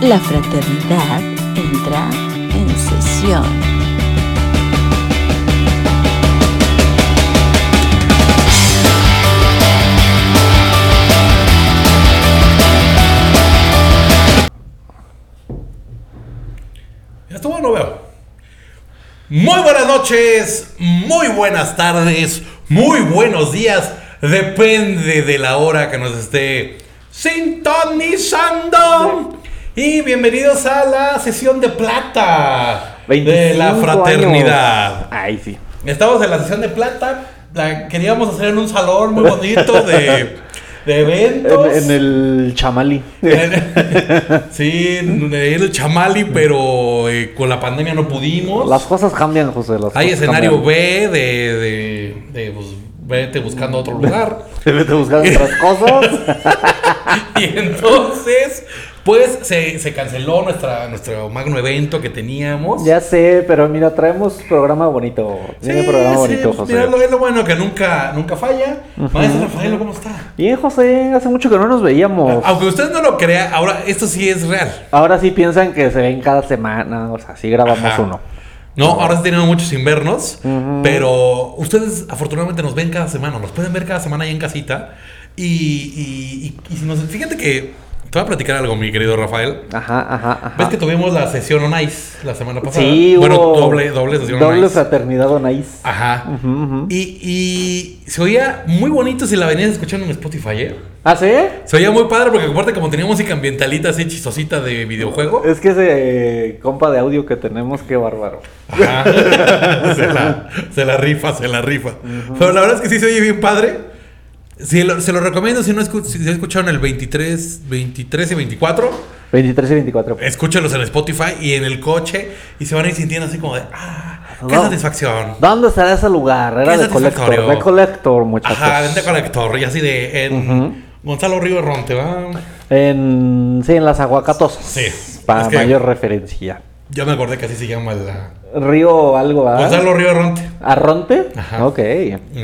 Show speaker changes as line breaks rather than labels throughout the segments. La fraternidad entra en sesión.
Esto bueno, veo. Muy buenas noches, muy buenas tardes, muy buenos días. Depende de la hora que nos esté sintonizando. Y bienvenidos a la sesión de plata de la
25 años.
fraternidad.
Ay, sí.
Estamos en la sesión de plata. La queríamos hacer en un salón muy bonito de, de eventos.
En, en el chamalí.
sí, en el chamali, pero eh, con la pandemia no pudimos.
Las cosas cambian, José. Las
Hay
cosas
escenario
cambian.
B de, de, de, pues, vete buscando otro lugar.
Te vete a buscar otras cosas.
y entonces, pues se, se canceló nuestra, nuestro magno evento que teníamos.
ya sé, pero mira, traemos programa bonito. Viene
Sí,
programa
sí,
bonito,
pues,
José.
mira, lo- es lo bueno que nunca, nunca falla. Maestro Rafael, ¿cómo está?
Bien, José. Hace mucho que no nos veíamos.
Aunque usted no lo crea, ahora esto sí es real.
Ahora sí piensan que se ven cada semana. O sea, sí grabamos
Ajá.
uno.
No, ahora sí tenemos muchos invernos, pero ustedes afortunadamente nos ven cada semana, nos pueden ver cada semana ahí en casita. Y, y- y- y si nos, fíjate que te voy a platicar algo, mi querido Rafael.
Ajá, ajá, ajá.
¿Ves que tuvimos la sesión on ice la semana pasada?
Ah. Sí,
Bueno,
hubo
doble, doble sesión Ah. on
Doble
ice.
fraternidad on ice.
Ajá.
Ujú, ujú.
Y, y se oía muy bonito si la venías escuchando en Spotify, ¿eh?
¿Ah, sí?
Se oía muy padre porque aparte como tenía música ambientalita así chistosita de videojuego.
Es que ese eh, compa de audio que tenemos, qué bárbaro.
Ajá. se, la, se la rifa, se la rifa. Pero la verdad es que sí se oye bien padre. Sí, lo- se lo recomiendo si no escu- si no escucharon el 23, 23 y 24.
23 y 24.
Escúchalos en Spotify y en el coche y se van a ir sintiendo así como de, ah, qué
No.
satisfacción.
¿Dónde estará ese lugar? Era
Qué
de Collector.
satisfactorio.
De Collector, muchachos.
Ajá, vente con la torre y así de, en
Ujú.
Gonzalo Río Ronte, ¿va?
En, sí, en las aguacatosas.
Sí.
Para
Es que-
mayor referencia.
Ya me acordé que así se llama la...
Río algo, ¿ah?
Gonzalo Río Ronte.
¿Arronte?
Ajá.
Ok.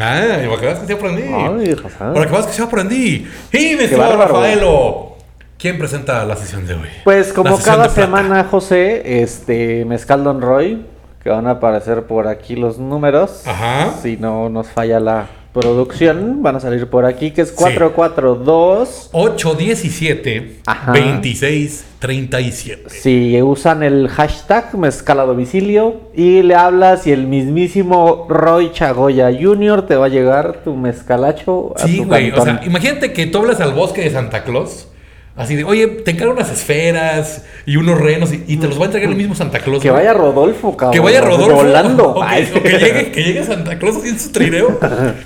Ah, y para que veas que sí aprendí.
Ay, José.
Para que veas que sí aprendí. Y mi estimado
¿Ah? bárbaro.
Rafaelo, ¿quién presenta la sesión de hoy?
Pues
La
como
sesión
cada
de plata.
semana, José, este, Mezcal Don Roy, que van a aparecer por aquí los números.
Ajá.
Si no nos falla la producción, van a salir por aquí, que es
Sí.
442.
8, 17,
Ajá.
26, 37.
Si usan el hashtag mezcal a domicilio y le hablas y el mismísimo Roy Chagoya Jr. te va a llegar tu mezcalacho a
Sí,
tu
güey. O
cantón.
sea, imagínate que tú hablas al bosque de Santa Claus. Así de, oye, te encargo unas esferas y unos renos y, y te los va a entregar el mismo Santa Claus.
que
güey.
vaya Rodolfo, cabrón.
pues Que vaya Rodolfo.
Volando.
O, o
Ay.
que, o que llegue, que llegue Santa Claus así en su trineo.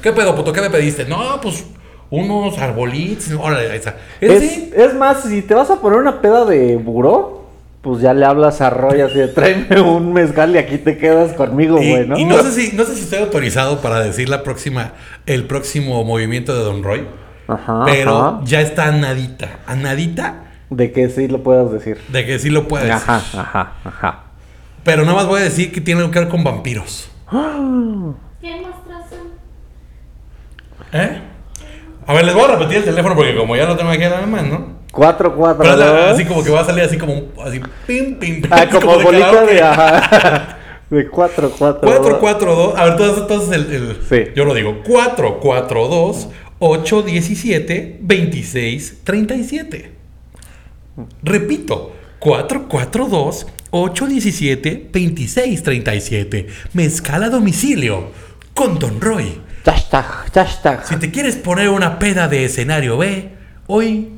¿Qué pedo, puto? ¿Qué me pediste? No, pues unos arbolitos. Órale, ahí está. Es,
es, es más, si te vas a poner una peda de buró, pues ya le hablas a Roy así de tráeme un mezcal y aquí te quedas conmigo,
y,
güey, ¿no?
y no sé si no sé si estoy autorizado para decir la próxima el próximo movimiento de Don Roy,
Ajá,
pero
ajá.
ya está a nadita, a nadita
De que sí lo puedas decir.
de que sí lo puedes.
Ajá, ajá, ajá.
Pero nada más voy a decir que tiene algo que ver con vampiros.
¿Qué muestras son?
¿Eh? A ver, les voy a repetir el teléfono porque como ya lo tengo aquí nada más, ¿no?
Cuatro, cuatro,
pues. Pero o sea,
dos.
así como que va a salir así como un- así pim pim pim
Ah, como bolita
karaoke.
de. Ajá. De 4, 4.
4, 4, 2. A ver, entonces, entonces el, el-
Sí.
yo lo digo. 4, 4, 2, 8, 17, 26, 37. Repito. 4, 4, 2, 8, 17, 26, 37. Mezcal a domicilio con Don Roy.
Hashtag, hashtag.
Si te quieres poner una peda de escenario B, hoy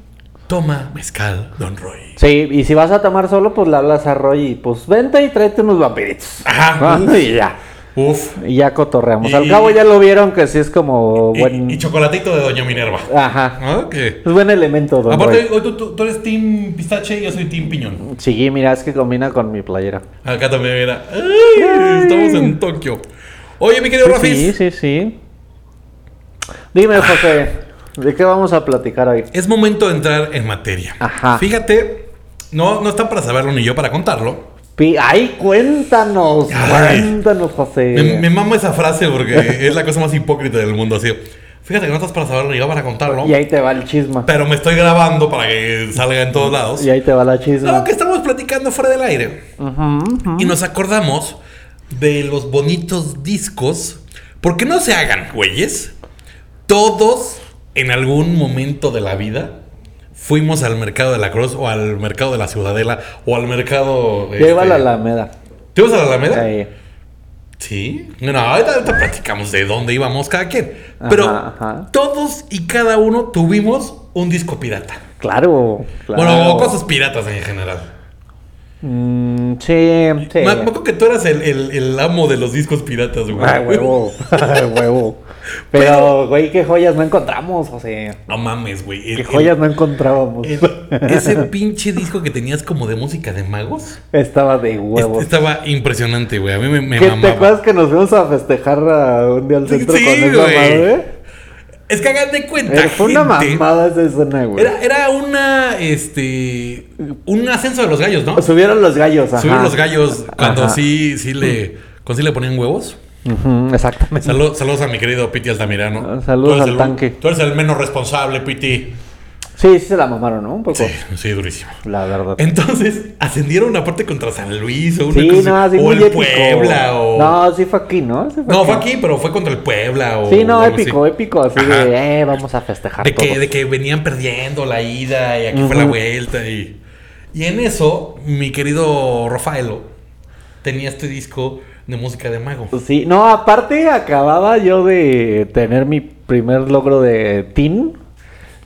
toma mezcal Don Roy.
Sí, y si vas a tomar solo, pues le hablas a Roy y pues vente y tráete unos vampiritos.
Ajá.
¿No? Y ya.
Uf.
Y ya cotorreamos.
Y-
Al cabo ya lo vieron que sí es como
Y,
buen.
y chocolatito de Doña Minerva.
Ajá.
¿No? Que-
Es buen elemento, don
Aparte,
Roy.
hoy tú, tú- tú eres Team Pistache y yo soy Team Piñón.
Sí, mira, es que combina con mi playera.
Acá también, mira. ¡Ay! Estamos en Tokio. Oye, mi querido Rafis. Ah.
Sí, sí, sí. Dime, José, ¿de qué vamos a platicar hoy?
Es momento de entrar en materia.
Ajá.
Fíjate, no, no está para saberlo ni yo para contarlo.
Pi- Ay, cuéntanos,
Ay.
cuéntanos, José.
Me, me mamo esa frase porque es la cosa más hipócrita del mundo. Así, Fíjate que no estás para saberlo ni yo para contarlo.
Y ahí te va el chisma.
Pero me estoy grabando para que salga en todos lados.
Y ahí te va la chisma.
No, que estamos platicando fuera del aire. Y nos acordamos de los bonitos discos. Porque no se hagan, güeyes. Todos en algún momento de la vida fuimos al mercado de la Cruz o al mercado de la Ciudadela o al mercado.
Ya iba
este,
a la Alameda.
¿Te ibas a la Alameda?
Ahí.
Sí. No, ahorita, ahorita platicamos de dónde íbamos cada quien. Pero
Ajá, ajá.
todos y cada uno tuvimos un disco pirata.
Claro, claro.
Bueno, o cosas piratas en general.
Mm, sí, sí.
Me me acuerdo que tú eras el, el- el amo de los discos piratas, güey.
Ah, huevo, ah, huevo. Pero, güey, qué joyas no encontramos, o sea.
No mames, güey. El-
Qué
el-
joyas no encontrábamos.
el- ese pinche disco que tenías como de música de magos.
Estaba de
est-
huevos.
Estaba impresionante, güey. A mí me, este- me
¿Qué te
mamaba.
acuerdas que nos fuimos a festejar a un día al
Sí,
centro
sí,
con esa
güey.
madre?
Es que hagan de cuenta.
Era- Fue una
gente,
mamada esa escena, güey.
Era, era una, este, un ascenso de los gallos, ¿no?
Subieron los gallos, ajá.
Subieron los gallos cuando
Ajá.
sí, sí le, cuando sí le ponían huevos.
Ujú, exactamente.
Salu- saludos a mi querido Piti Altamirano.
Ah, saludos
Tú eres
al
el-
tanque.
Tú eres el menos responsable, Piti.
Sí, sí se la mamaron, ¿no? Un poco.
Sí, sí, durísimo.
La verdad.
Entonces, ascendieron aparte contra San Luis o una
Sí,
cosa
no,
así,
sí,
O
muy
el
épico.
Puebla o... No,
No, sí fue aquí, ¿no? Sí
fue aquí, pero fue contra el Puebla o...
Sí, no,
algo
épico,
así.
épico. Así
Ajá.
de, eh, vamos a festejar
De que,
todos.
de que venían perdiendo la ida y aquí fue la
Ujú.
vuelta y... Y en eso, mi querido Rafaelo tenía este disco de música de mago.
Sí, no, aparte acababa yo de tener mi primer logro de teen.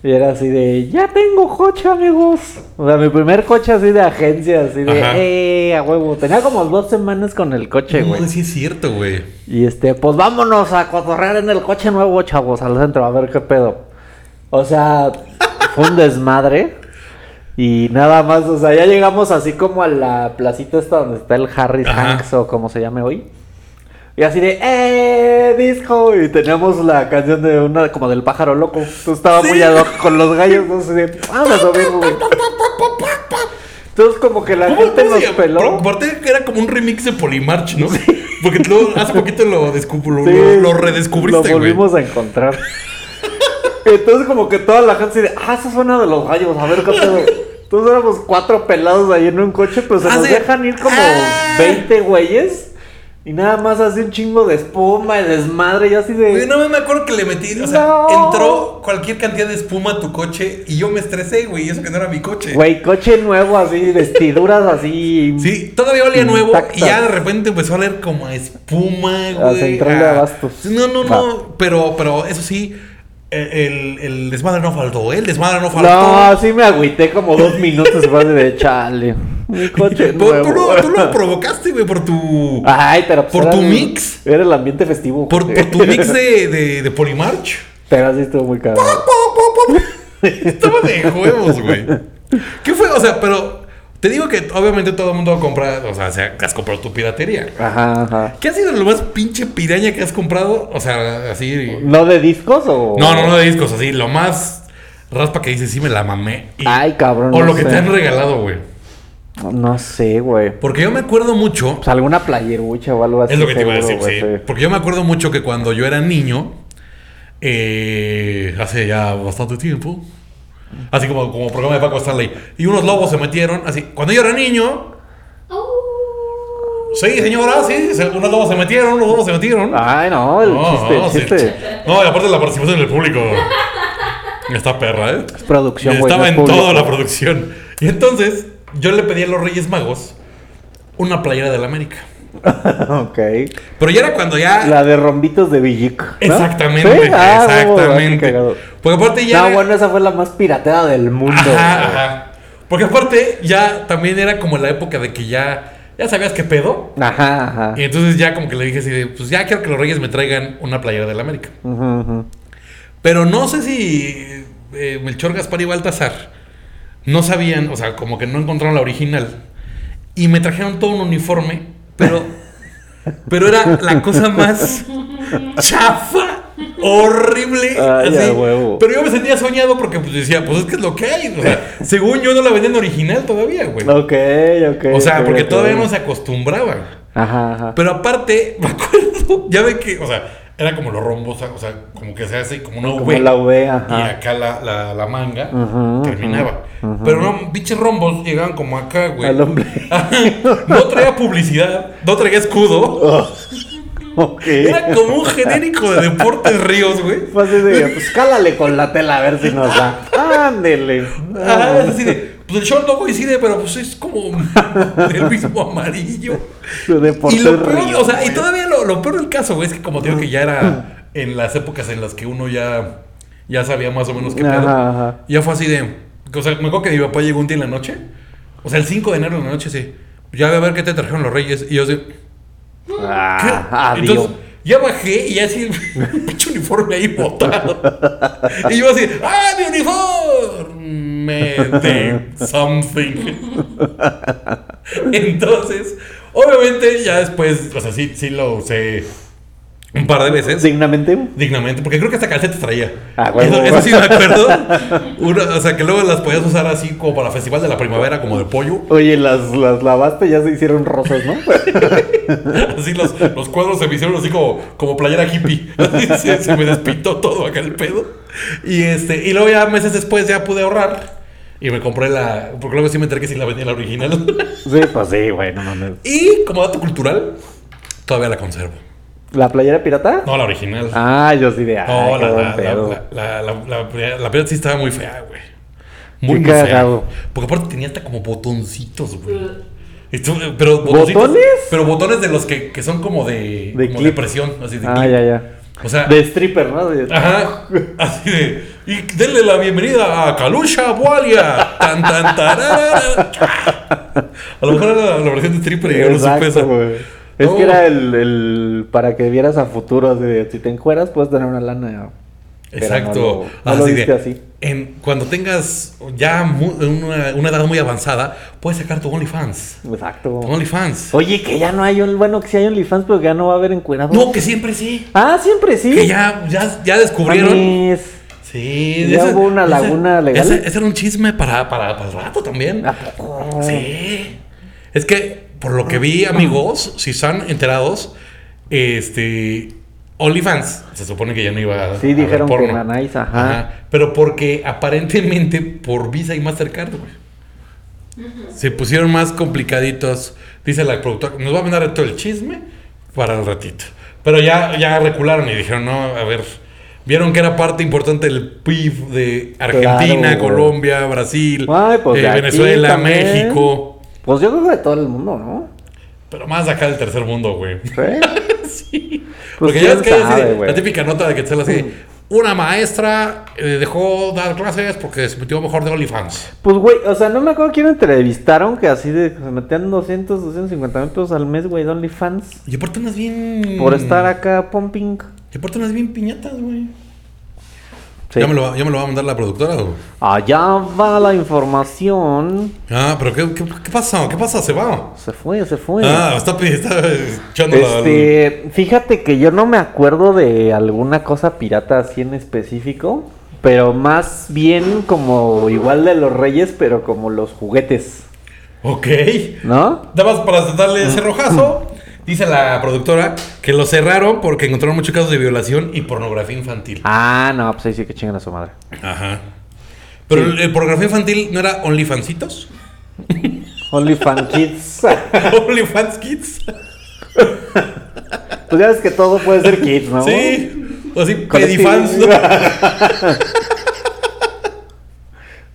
Y era así de, ya tengo coche, amigos. O sea, mi primer coche así de agencia, así de,
Ajá.
eh, a huevo. Tenía como dos semanas con el coche, güey.
No, sí es cierto, güey.
Y este, pues vámonos a cotorrear en el coche nuevo, chavos, al centro, a ver qué pedo. O sea, fue un desmadre. Y nada más, o sea, ya llegamos así como a la placita esta donde está el Harry
Ajá.
Hanks o como se llame hoy. Y así de, ¡eh! Disco. Y teníamos la canción de una, como del pájaro loco. Entonces estaba muy ad hoc con los gallos, "Ah, no sé, de, vamos a subir, güey". Entonces como que la gente
¿Cómo
nos
se llama?
peló.
Por- Aparte era como un remix de Polimarch, ¿no? Porque luego hace poquito lo, descub- lo-
Sí,
lo, lo redescubriste,
Lo
güey.
volvimos a encontrar. Entonces, como que toda la gente se dice, ah, eso suena de los gallos, a ver qué pedo. Entonces éramos cuatro pelados ahí en un coche, pero se
Ah,
nos
sí.
dejan ir como
Ah.
20 güeyes. Y nada más así un chingo de espuma y desmadre, yo así
Güey,
de.
No me acuerdo que le metí, o sea,
No.
entró cualquier cantidad de espuma a tu coche y yo me estresé, güey, y eso que no era mi coche.
Güey, coche nuevo, así, vestiduras así.
Sí, todavía olía nuevo
Intactas.
y ya de repente empezó a oler como a espuma,
A
güey.
central de abastos.
No, no, no, pero, pero eso sí, eh, el, el desmadre no faltó, ¿eh? El desmadre no faltó.
No, sí me agüité como dos minutos, fue así de chale. Mi coche
Tú- tú,
nuevo.
lo, tú lo provocaste, güey, por tu...
Ay, pero pues
Por
era
tu
el-
mix.
Era el ambiente festivo.
Por,
güey.
por tu mix de, de, de Polymarch.
Pero sí estuvo muy caro.
Estaba de huevos, güey. ¿Qué fue? O sea, pero te digo que obviamente todo el mundo compra, o sea, se ha- has comprado tu piratería.
Ajá, ajá.
¿Qué ha sido lo más pinche piraña que has comprado? O sea, así.
¿No de discos o.?
No, no, no de discos, así. Lo más raspa que dices, sí me la mamé. Y-
Ay, cabrón.
o
no
lo que
sé.
te han regalado, güey.
No sé, güey.
Porque yo me acuerdo mucho.
Pues alguna playerucha o algo así.
Es lo que te iba a decir,
seguro,
pues, sí.
güey,
Porque yo me acuerdo mucho que cuando yo era niño, eh, hace ya bastante tiempo, así como, como programa de Paco Stanley, y unos lobos se metieron, así, cuando yo era niño,
Oh.
sí, señora, sí, se- unos lobos se metieron, unos lobos se metieron.
Ay, no, el
No,
chiste,
no,
el
sí.
chiste.
No, y aparte la participación del público. Esta perra, ¿eh?
Es producción, güey. no
Estaba
es
en
público.
toda la producción. Y entonces, yo le pedí a los Reyes Magos una playera del América.
ok.
Pero ya era cuando ya...
La de rombitos de Villic. ¿no?
Exactamente,
¿Sí? Ah, huevo, ah, qué
exactamente.
cagado.
Porque aparte ya.
No,
era-
bueno, esa fue la más pirateada del mundo.
Ajá,
güey.
ajá. Porque aparte ya también era como la época de que ya. Ya sabías qué pedo.
Ajá, ajá.
Y entonces ya como que le dije así de, pues ya quiero que los Reyes me traigan una playera del América.
Ujú, ujú.
Pero no sé si eh, Melchor Gaspar y Baltasar no sabían, o sea, como que no encontraron la original. Y me trajeron todo un uniforme, pero. pero era la cosa más chafa, horrible.
Ay, a huevo.
Pero yo me sentía soñado porque pues, decía, pues es que es lo que hay. O sea, según yo no la vendían original todavía, güey.
Ok, ok.
o sea,
ok,
porque
ok.
todavía no se acostumbraban.
Ajá, ajá.
Pero aparte, me acuerdo, ya ve que, o sea, Era como los rombos, o sea, como que se hace como una
Como
V.
la V,
y
ajá.
acá la, la, la manga
Ah. Ujú,
terminaba. Pero no, pinches rombos llegaban como acá, güey.
Al hombre.
no traía publicidad, no traía escudo.
Ok.
Era como un genérico de Deportes Ríos, güey.
Fue así de, pues cálale con la tela a ver si nos da. Ándele.
Ah, es así de, pues el short no coincide, pero pues es como del mismo amarillo.
Su deporte
Y lo peor,
río,
o sea, y
güey.
todavía lo, lo peor del caso, güey, es que como te digo que ya era en las épocas en las que uno ya, ya sabía más o menos qué pedo.
Ajá, ajá.
Ya fue así de. O sea, me acuerdo que mi papá llegó un día en la noche. O sea, el 5 de enero en la noche, sí. Ya voy a ver qué te trajeron los reyes. Y yo así. ¿qué?
Ah, adiós.
Entonces, ya bajé y ya así. el pinche uniforme ahí botado. y yo así. ¡Ah, mi uniforme! De something. Entonces, obviamente, ya después. O sea, sí, sí lo usé un par de veces
Dignamente.
dignamente, porque creo que hasta calcetas traía.
Ah, huevo.
eso, eso sí me acuerdo. Una- o sea, que luego las podías usar así como para Festival de la Primavera, como de pollo.
Oye, las, las lavaste ya se hicieron rosas, ¿no?
Así los, los cuadros se me hicieron así como, como playera hippie. Así se, se me despintó todo acá el pedo. Y este, y luego ya meses después ya pude ahorrar. Y me compré la. Porque luego sí me enteré que sí la vendía la original.
sí, pues sí, güey, no mames.
Y como dato cultural, todavía la conservo.
¿La playera pirata?
No, la original.
Ah, yo sí de. Ah,
No, la,
qué buen
la, la,
pedo.
la, la, la- la- la pirata sí estaba muy fea, güey. Muy,
Qué
muy fea.
cagado.
Porque aparte tenía hasta como botoncitos, güey. Esto- Pero botoncitos-
¿Botones?
Pero botones de los que, que son como de, como
De
de
clip.
presión, así de Ah.
Ah,
clip.
ya, ya.
O sea,
De stripper, ¿no? De-
ajá, así de. Y denle la bienvenida a Kalusha Boalia. Tan, tan, tarara. A lo mejor era la, la versión de triple y yo no supe
Exacto,
esa.
güey. Es
No.
que era el, el- Para que vieras a futuro. así de, si te encueras, puedes tener una lana. Pero
Exacto.
No lo, no lo
Así
viste
de,
así.
en- cuando tengas ya mu- una, una edad muy avanzada, puedes sacar tu OnlyFans.
Exacto.
Tu OnlyFans.
Oye, que ya no hay. un- Bueno, que sí hay OnlyFans, pero que ya no va a haber encuerados.
No, que siempre sí.
Ah, siempre sí.
Que ya, ya, ya descubrieron.
Mames.
Sí,
Ya hubo una laguna legal.
Ese, ese era un chisme para, para, para el rato también.
¿A poco? Ah.
Sí. Es que, por lo que vi, amigos, si están enterados, este. OnlyFans. Se supone que ya no iba a.
Sí,
a ver
dijeron
porno.
que Nanais, ajá.
Pero porque aparentemente por Visa y Mastercard, güey. Se pusieron más complicaditos. Dice la productora. Nos va a mandar todo el chisme para el ratito. Pero ya, ya recularon y dijeron, no, a ver. Vieron que era parte importante del PIB de Argentina,
Claro, güey.
Colombia, Brasil,
Ay, pues
eh,
de aquí
Venezuela,
también.
México.
Pues yo creo que de todo el mundo, ¿no?
Pero más acá del tercer mundo, güey.
Sí.
sí.
Pues
Porque ya
quién
ves que hay así
sabe,
de-
güey.
la típica nota de que te sale así. Una maestra eh, dejó dar clases porque se metió mejor de OnlyFans.
Pues, güey, o sea, no me acuerdo quién entrevistaron que así de que se metían 200, 250 mil pesos al mes, güey, de OnlyFans.
Y aparte unas bien.
Por estar acá pumping.
Y aparte unas bien piñatas, güey.
Sí.
Ya, me lo, va- ya me lo va a mandar la productora, güey.
Allá va la información.
Ah, pero ¿qué, qué, qué pasa? ¿Qué pasa? ¿Se va?
Se fue, se fue.
Ah, está, pi- está echando la-
Este, fíjate que yo no me acuerdo de alguna cosa pirata así en específico, pero más bien como igual de los reyes, pero como los juguetes,
Ok.
¿no?
Nada más para darle ese rojazo. Dice la productora que lo cerraron porque encontraron muchos casos de violación y pornografía infantil.
Ah, no, pues ahí sí que chingan a su madre.
Ajá. Pero el, el pornografía infantil no era OnlyFancitos?
OnlyFans Kids.
OnlyFans Kids.
Pues ya ves que todo puede ser kids, ¿no?
Sí. O así,
Con
pedifans.
este-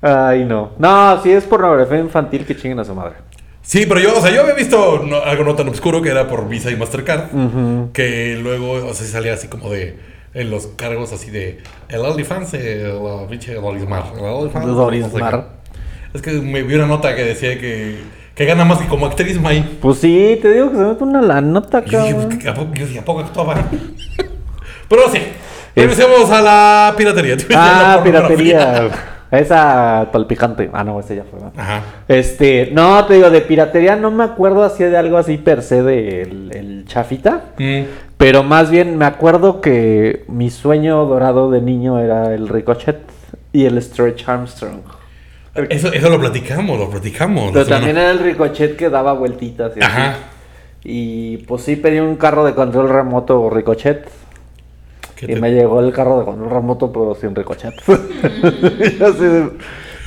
Ay, no. No, si es pornografía infantil, que chinguen a su madre.
Sí, pero yo, o sea, yo había visto no- algo no tan oscuro que era por Visa y Mastercard.
Mm.
Que luego, o sea, salía así como de. En los cargos así de. El OnlyFans, eh, la pinche Dorismar. El OnlyFans,
Doris
no sé qué.
Mar.
Es que me vi una nota que decía que. Que gana más que como actriz, May.
Pues sí, te digo que se mete una lanota,
Yo dije, pues,
cabrón.
¿a poco, yo dije, ¿a poco actuaba? Pero sí. Regresemos a la piratería.
Ah,
La pornografía.
piratería. Esa palpijante. Ah, no, ese ya fue. ¿no?
Ajá.
Este, no, te digo, de piratería no me acuerdo así de algo así per se del el chafita.
Mm.
Pero más bien me acuerdo que mi sueño dorado de niño era el Ricochet y el Stretch Armstrong.
Eso, eso lo platicamos, lo platicamos.
Pero
La semana-
también era el Ricochet que daba vueltitas. Y así.
Ajá.
Y pues sí pedí un carro de control remoto Ricochet.
¿Qué
y
te-
me llegó el carro de control remoto, pero sin ricochet. Y así de-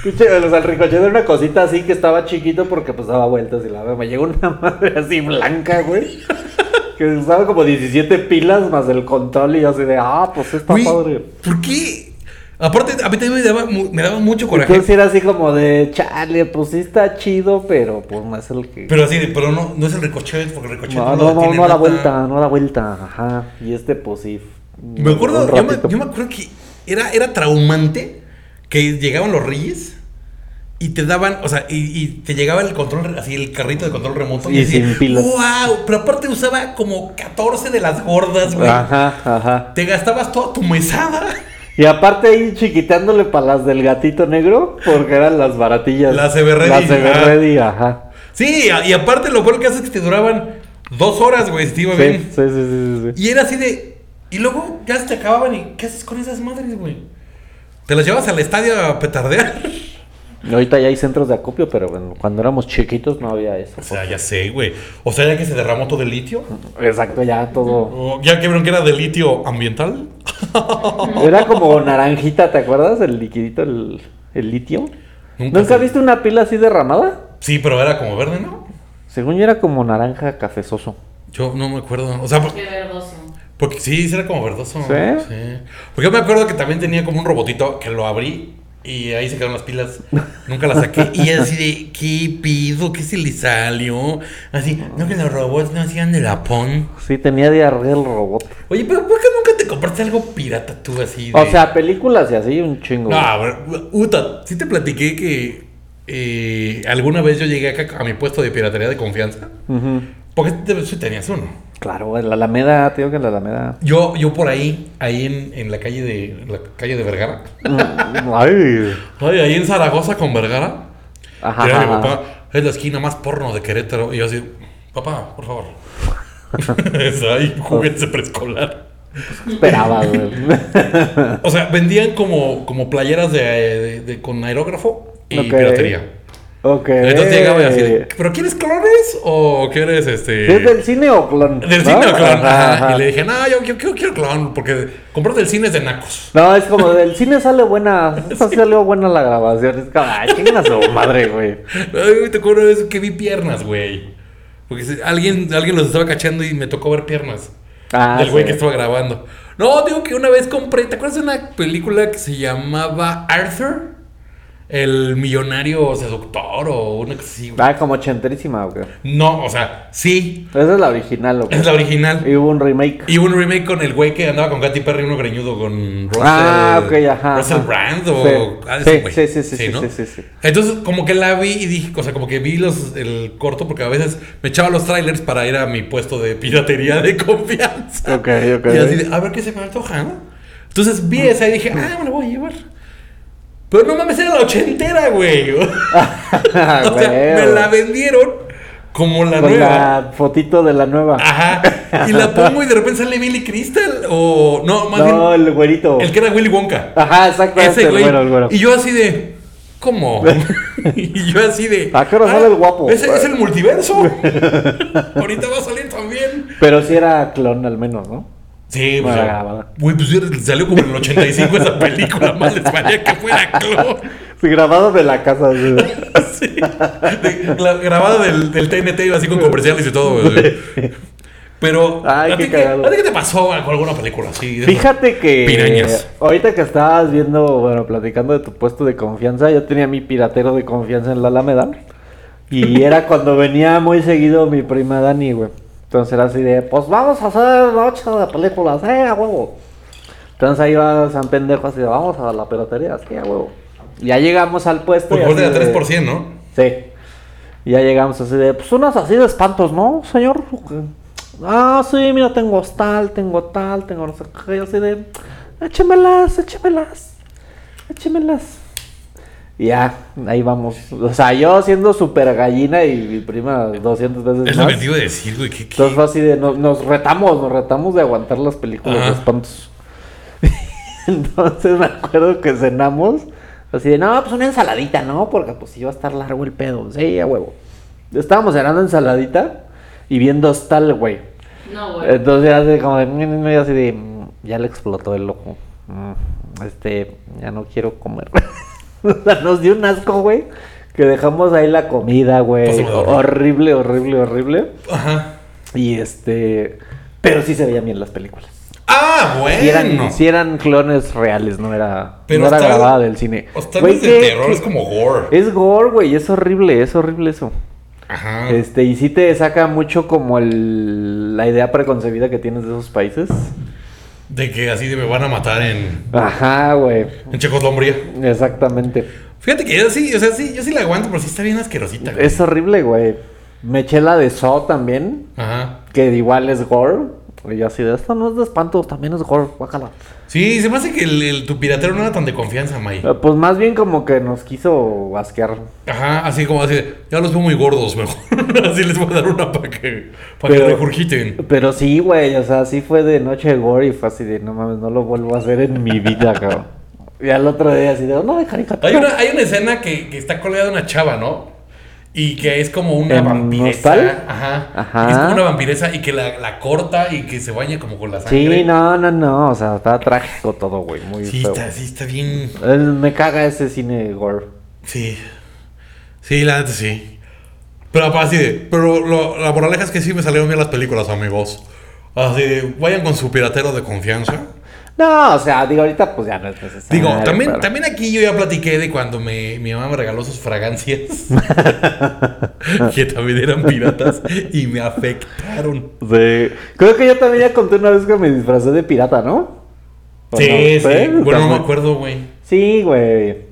pinche, o sea, el ricochet era una cosita así que estaba chiquito porque pues daba vueltas y la verdad. Me llegó una madre así blanca, güey. Que usaba como 17 pilas más el control y yo así de, ah, pues está
Güey,
padre.
¿Por qué? Aparte, a mí también me daba, mu- me daba mucho coraje.
Entonces era así como de, chale, pues sí está chido, pero pues no es el que...
Pero así, de, pero no, no es el ricochet, porque el ricochet
no,
lo
no, no,
detiene
no a la
nada.
vuelta, no a la vuelta, ajá. Y este pues sí.
Me acuerdo,
un
yo me,
ratito.
yo me acuerdo que era, era traumante que llegaban los reyes y te daban, o sea, y, y te llegaba el control, así el carrito de control remoto.
Y sin pilas.
¡Wow! Pero aparte usaba como 14 de las gordas, güey.
Ajá, ajá.
Te gastabas toda tu mesada.
Y aparte ahí chiquitándole para las del gatito negro, porque eran las baratillas.
Las Everready,
Las Everready, ajá.
Sí, a- y aparte lo peor que hace es que te duraban dos horas, güey, si te iba
Sí,
bien.
sí, sí, sí, sí, sí.
Y era así de. Y luego ya se te acababan y ¿qué haces con esas madres, güey? Te las llevas al estadio a petardear.
Y Ahorita ya hay centros de acopio, pero bueno, cuando éramos chiquitos no había eso.
O sea, ya sé, güey. O sea, ya que se derramó todo el litio.
Exacto, ya todo.
O ya que vieron que era de litio ambiental.
Era como naranjita, ¿te acuerdas? El liquidito, el, el litio.
Nunca
¿Nunca,
sé.
viste una pila así derramada?
Sí, pero era como verde, ¿no?
Según yo era como naranja cafezoso.
Yo no me acuerdo. O sea, por-
Qué verdoso.
porque sí, sí era como verdoso.
¿Sí?
Porque yo me acuerdo que también tenía como un robotito que lo abrí y ahí se quedaron las pilas. Nunca las saqué. Y así de, ¿qué pido? ¿Qué se le salió? Así, no que los robots no hacían de lapón.
Sí, tenía diarrea el robot.
Oye, pero ¿por qué nunca te compraste algo pirata tú así?
O
de-
sea, películas y así, un chingo.
No, a ver, Uta, sí te platiqué que eh, alguna vez yo llegué acá a mi puesto de piratería de confianza.
Ujú.
Porque te- sí tenías uno.
Claro, en la Alameda, te digo que en la Alameda.
Yo, yo por ahí, ahí en, en la calle de en la calle de Vergara.
Mm, Ay.
Ay, ahí en Zaragoza con Vergara.
Ajá.
Era mi
ajá.
papá, es la esquina más porno de Querétaro. Y yo así, papá, por favor. Es ahí, juguetes de preescolar.
Esperaba, güey.
O sea, vendían como, como playeras de, de- de- con aerógrafo y
Ok.
piratería.
ok.
Entonces llegaba y así, de, ¿pero quieres clones o quieres este...?
Eh. ¿Es del cine o clon?
Del
¿No?
cine o clon.
Ajá,
Ajá.
ajá.
Y le dije, no, yo, yo, yo quiero clon, porque comprar del cine es de nacos.
No, es como del cine sale buena. Esta salió buena la grabación. Es como, ay, chinguen a su madre, güey.
Ay, me tocó una vez que vi piernas, güey. Porque se- alguien, alguien los estaba cachando y me tocó ver piernas.
Ah,
del güey
sí.
que estaba grabando. No, digo que una vez compré, ¿te acuerdas de una película que se llamaba Arthur? El millonario seductor o una cosa así. güey.
Ah, como ochenterísima, güey.
No, o sea, sí,
Esa es la original, güey.
es la original.
Y hubo un remake.
Y un remake con el güey que andaba con Katy Perry, uno greñudo con Russell.
Ah, ok, ajá,
Russell
ajá.
Brand o.
Sí.
ah, ese
Sí,
güey.
sí, sí, sí, sí, sí, sí, sí.
Entonces, como que la vi y dije, o sea, como que vi los, el corto, porque a veces me echaba los trailers para ir a mi puesto de piratería de confianza.
Ok, ok.
Y así de, a ver qué se me antoja, ¿no? Entonces vi esa y dije, ah, me la voy a llevar. Pero no mames, era la ochentera, güey. o sea, me
Ah, Güey.
la vendieron como la
Con
nueva. Ah,
la fotito de la nueva.
Ajá. Y la pongo y de repente sale Billy Crystal. O. No, más
no, Ah,
bien.
el güerito.
El... que era Willy Wonka.
Ajá, exactamente.
Ese
el
güey.
güero, el güero.
Y yo así de. ¿Cómo? y yo así de.
¿A qué hora sale el guapo?
Ese es el multiverso. Ahorita va a salir también.
Pero sí era clon al menos, ¿no?
Sí, pues.
Para
ya-
grabar.
Güey, pues ya salió como en el 85 esa película. Más les valía que fuera clon.
Sí, grabado de la casa. sí.
Sí. De- la- grabada del, del TNT iba así con comerciales y todo, güey. Pero,
Ay,
¿a
qué
ti qué,
cagado.
a ti qué te pasó con alguna película así? de esas?
Fíjate que
Pirañas.
ahorita que estabas viendo, bueno, platicando de tu puesto de confianza, yo tenía mi piratero de confianza en la Alameda. Y era cuando venía muy seguido mi prima Dani, güey. Entonces era así de, pues vamos a hacer noche de películas, eh, a huevo. Entonces ahí va San Pendejo así de, vamos a la piratería, sí, a huevo. Ya llegamos al puesto.
Por
y
favor, de
así
Pues la
de-
3%, ¿no?
Sí. Y ya llegamos así de, pues unas así de espantos, ¿no, señor? Ah, sí, mira, tengo tal, tengo tal, tengo no sé qué, y así de, échemelas, échemelas, échemelas. Y ya, ahí vamos. O sea, yo siendo super gallina y mi prima 200 veces
Es lo
más.
que te iba a decir, güey. que- que-
Entonces fue así de, no- nos retamos, nos retamos de aguantar las películas
Ajá.
de espantos. Entonces me acuerdo que cenamos, así de, no, pues una ensaladita, ¿no? Porque pues iba a estar largo el pedo, sí, a huevo. Estábamos cenando ensaladita y viendo tal, güey.
No, güey.
Eh, Entonces era así como de, mm, mm, mm, así de, mm, Ya le explotó el ojo. Mm, Este, ya no quiero comer. O sea, Nos dio un asco, güey. Que dejamos ahí la comida, güey.
Consumidor.
horrible, horrible, horrible.
Ajá.
Y este. Pero sí se veían bien las películas.
Ah,
Si eran,
bueno.
si eran clones reales, no era,
Pero
no era
está-
grabada del cine.
O sea, no
Güey,
es de
¿qué-
terror,
qué-
es como gore.
Es gore, güey. Es horrible, es horrible eso.
Ajá.
Este, y sí te saca mucho como el, la idea preconcebida que tienes de esos países.
De que así de me van a matar en,
Ajá, güey.
en Checoslombia.
Exactamente.
Fíjate que yo sí, o sea, sí, yo sí la aguanto, pero sí está bien asquerosita. güey.
Es horrible, güey. Me eché la de Saw también,
Ajá.
que igual es gore. Y yo así de, esto no es de espanto, también es gore, guácala.
Sí, se me hace que el, el- tu piratero no era tan de confianza, May.
Eh, Pues más bien como que nos quiso asquear.
Ajá, así como así, ya los veo muy gordos, mejor. así les voy a dar una para que, para que
Pero-
regurgiten.
Pero sí, güey, o sea, sí fue de noche gore y fue así de, no mames, no lo vuelvo a hacer en mi vida, cabrón. Y al otro día así de, no, dejaré
Hay una, hay una escena que, que está colgada de una chava, ¿no? Y que es como una
¿En
vampiresa.
Hostal?
Ajá.
Ajá.
que Es como una vampiresa y que la, la corta y que se baña como con la sangre.
Sí, no, no, no, o sea, está trágico todo, güey, muy
Sí,
feo.
está, sí, está bien.
Eh, Me caga ese cine gore.
Sí. Sí, la neta sí. Pero aparte así de. Pero lo- la moraleja es que sí me salieron bien las películas, amigos. Así de, vayan con su piratero de confianza.
No, o sea, digo, ahorita pues ya no es necesario.
Digo, también,
pero-
también aquí yo ya platiqué de cuando me, mi mamá me regaló sus fragancias. que también eran piratas y me afectaron.
Sí. Creo que yo también ya conté una vez que me disfrazé de pirata, ¿no? ¿O
Sí,
Pues no?
sí.
También.
Bueno, no me acuerdo, güey.
Sí, güey.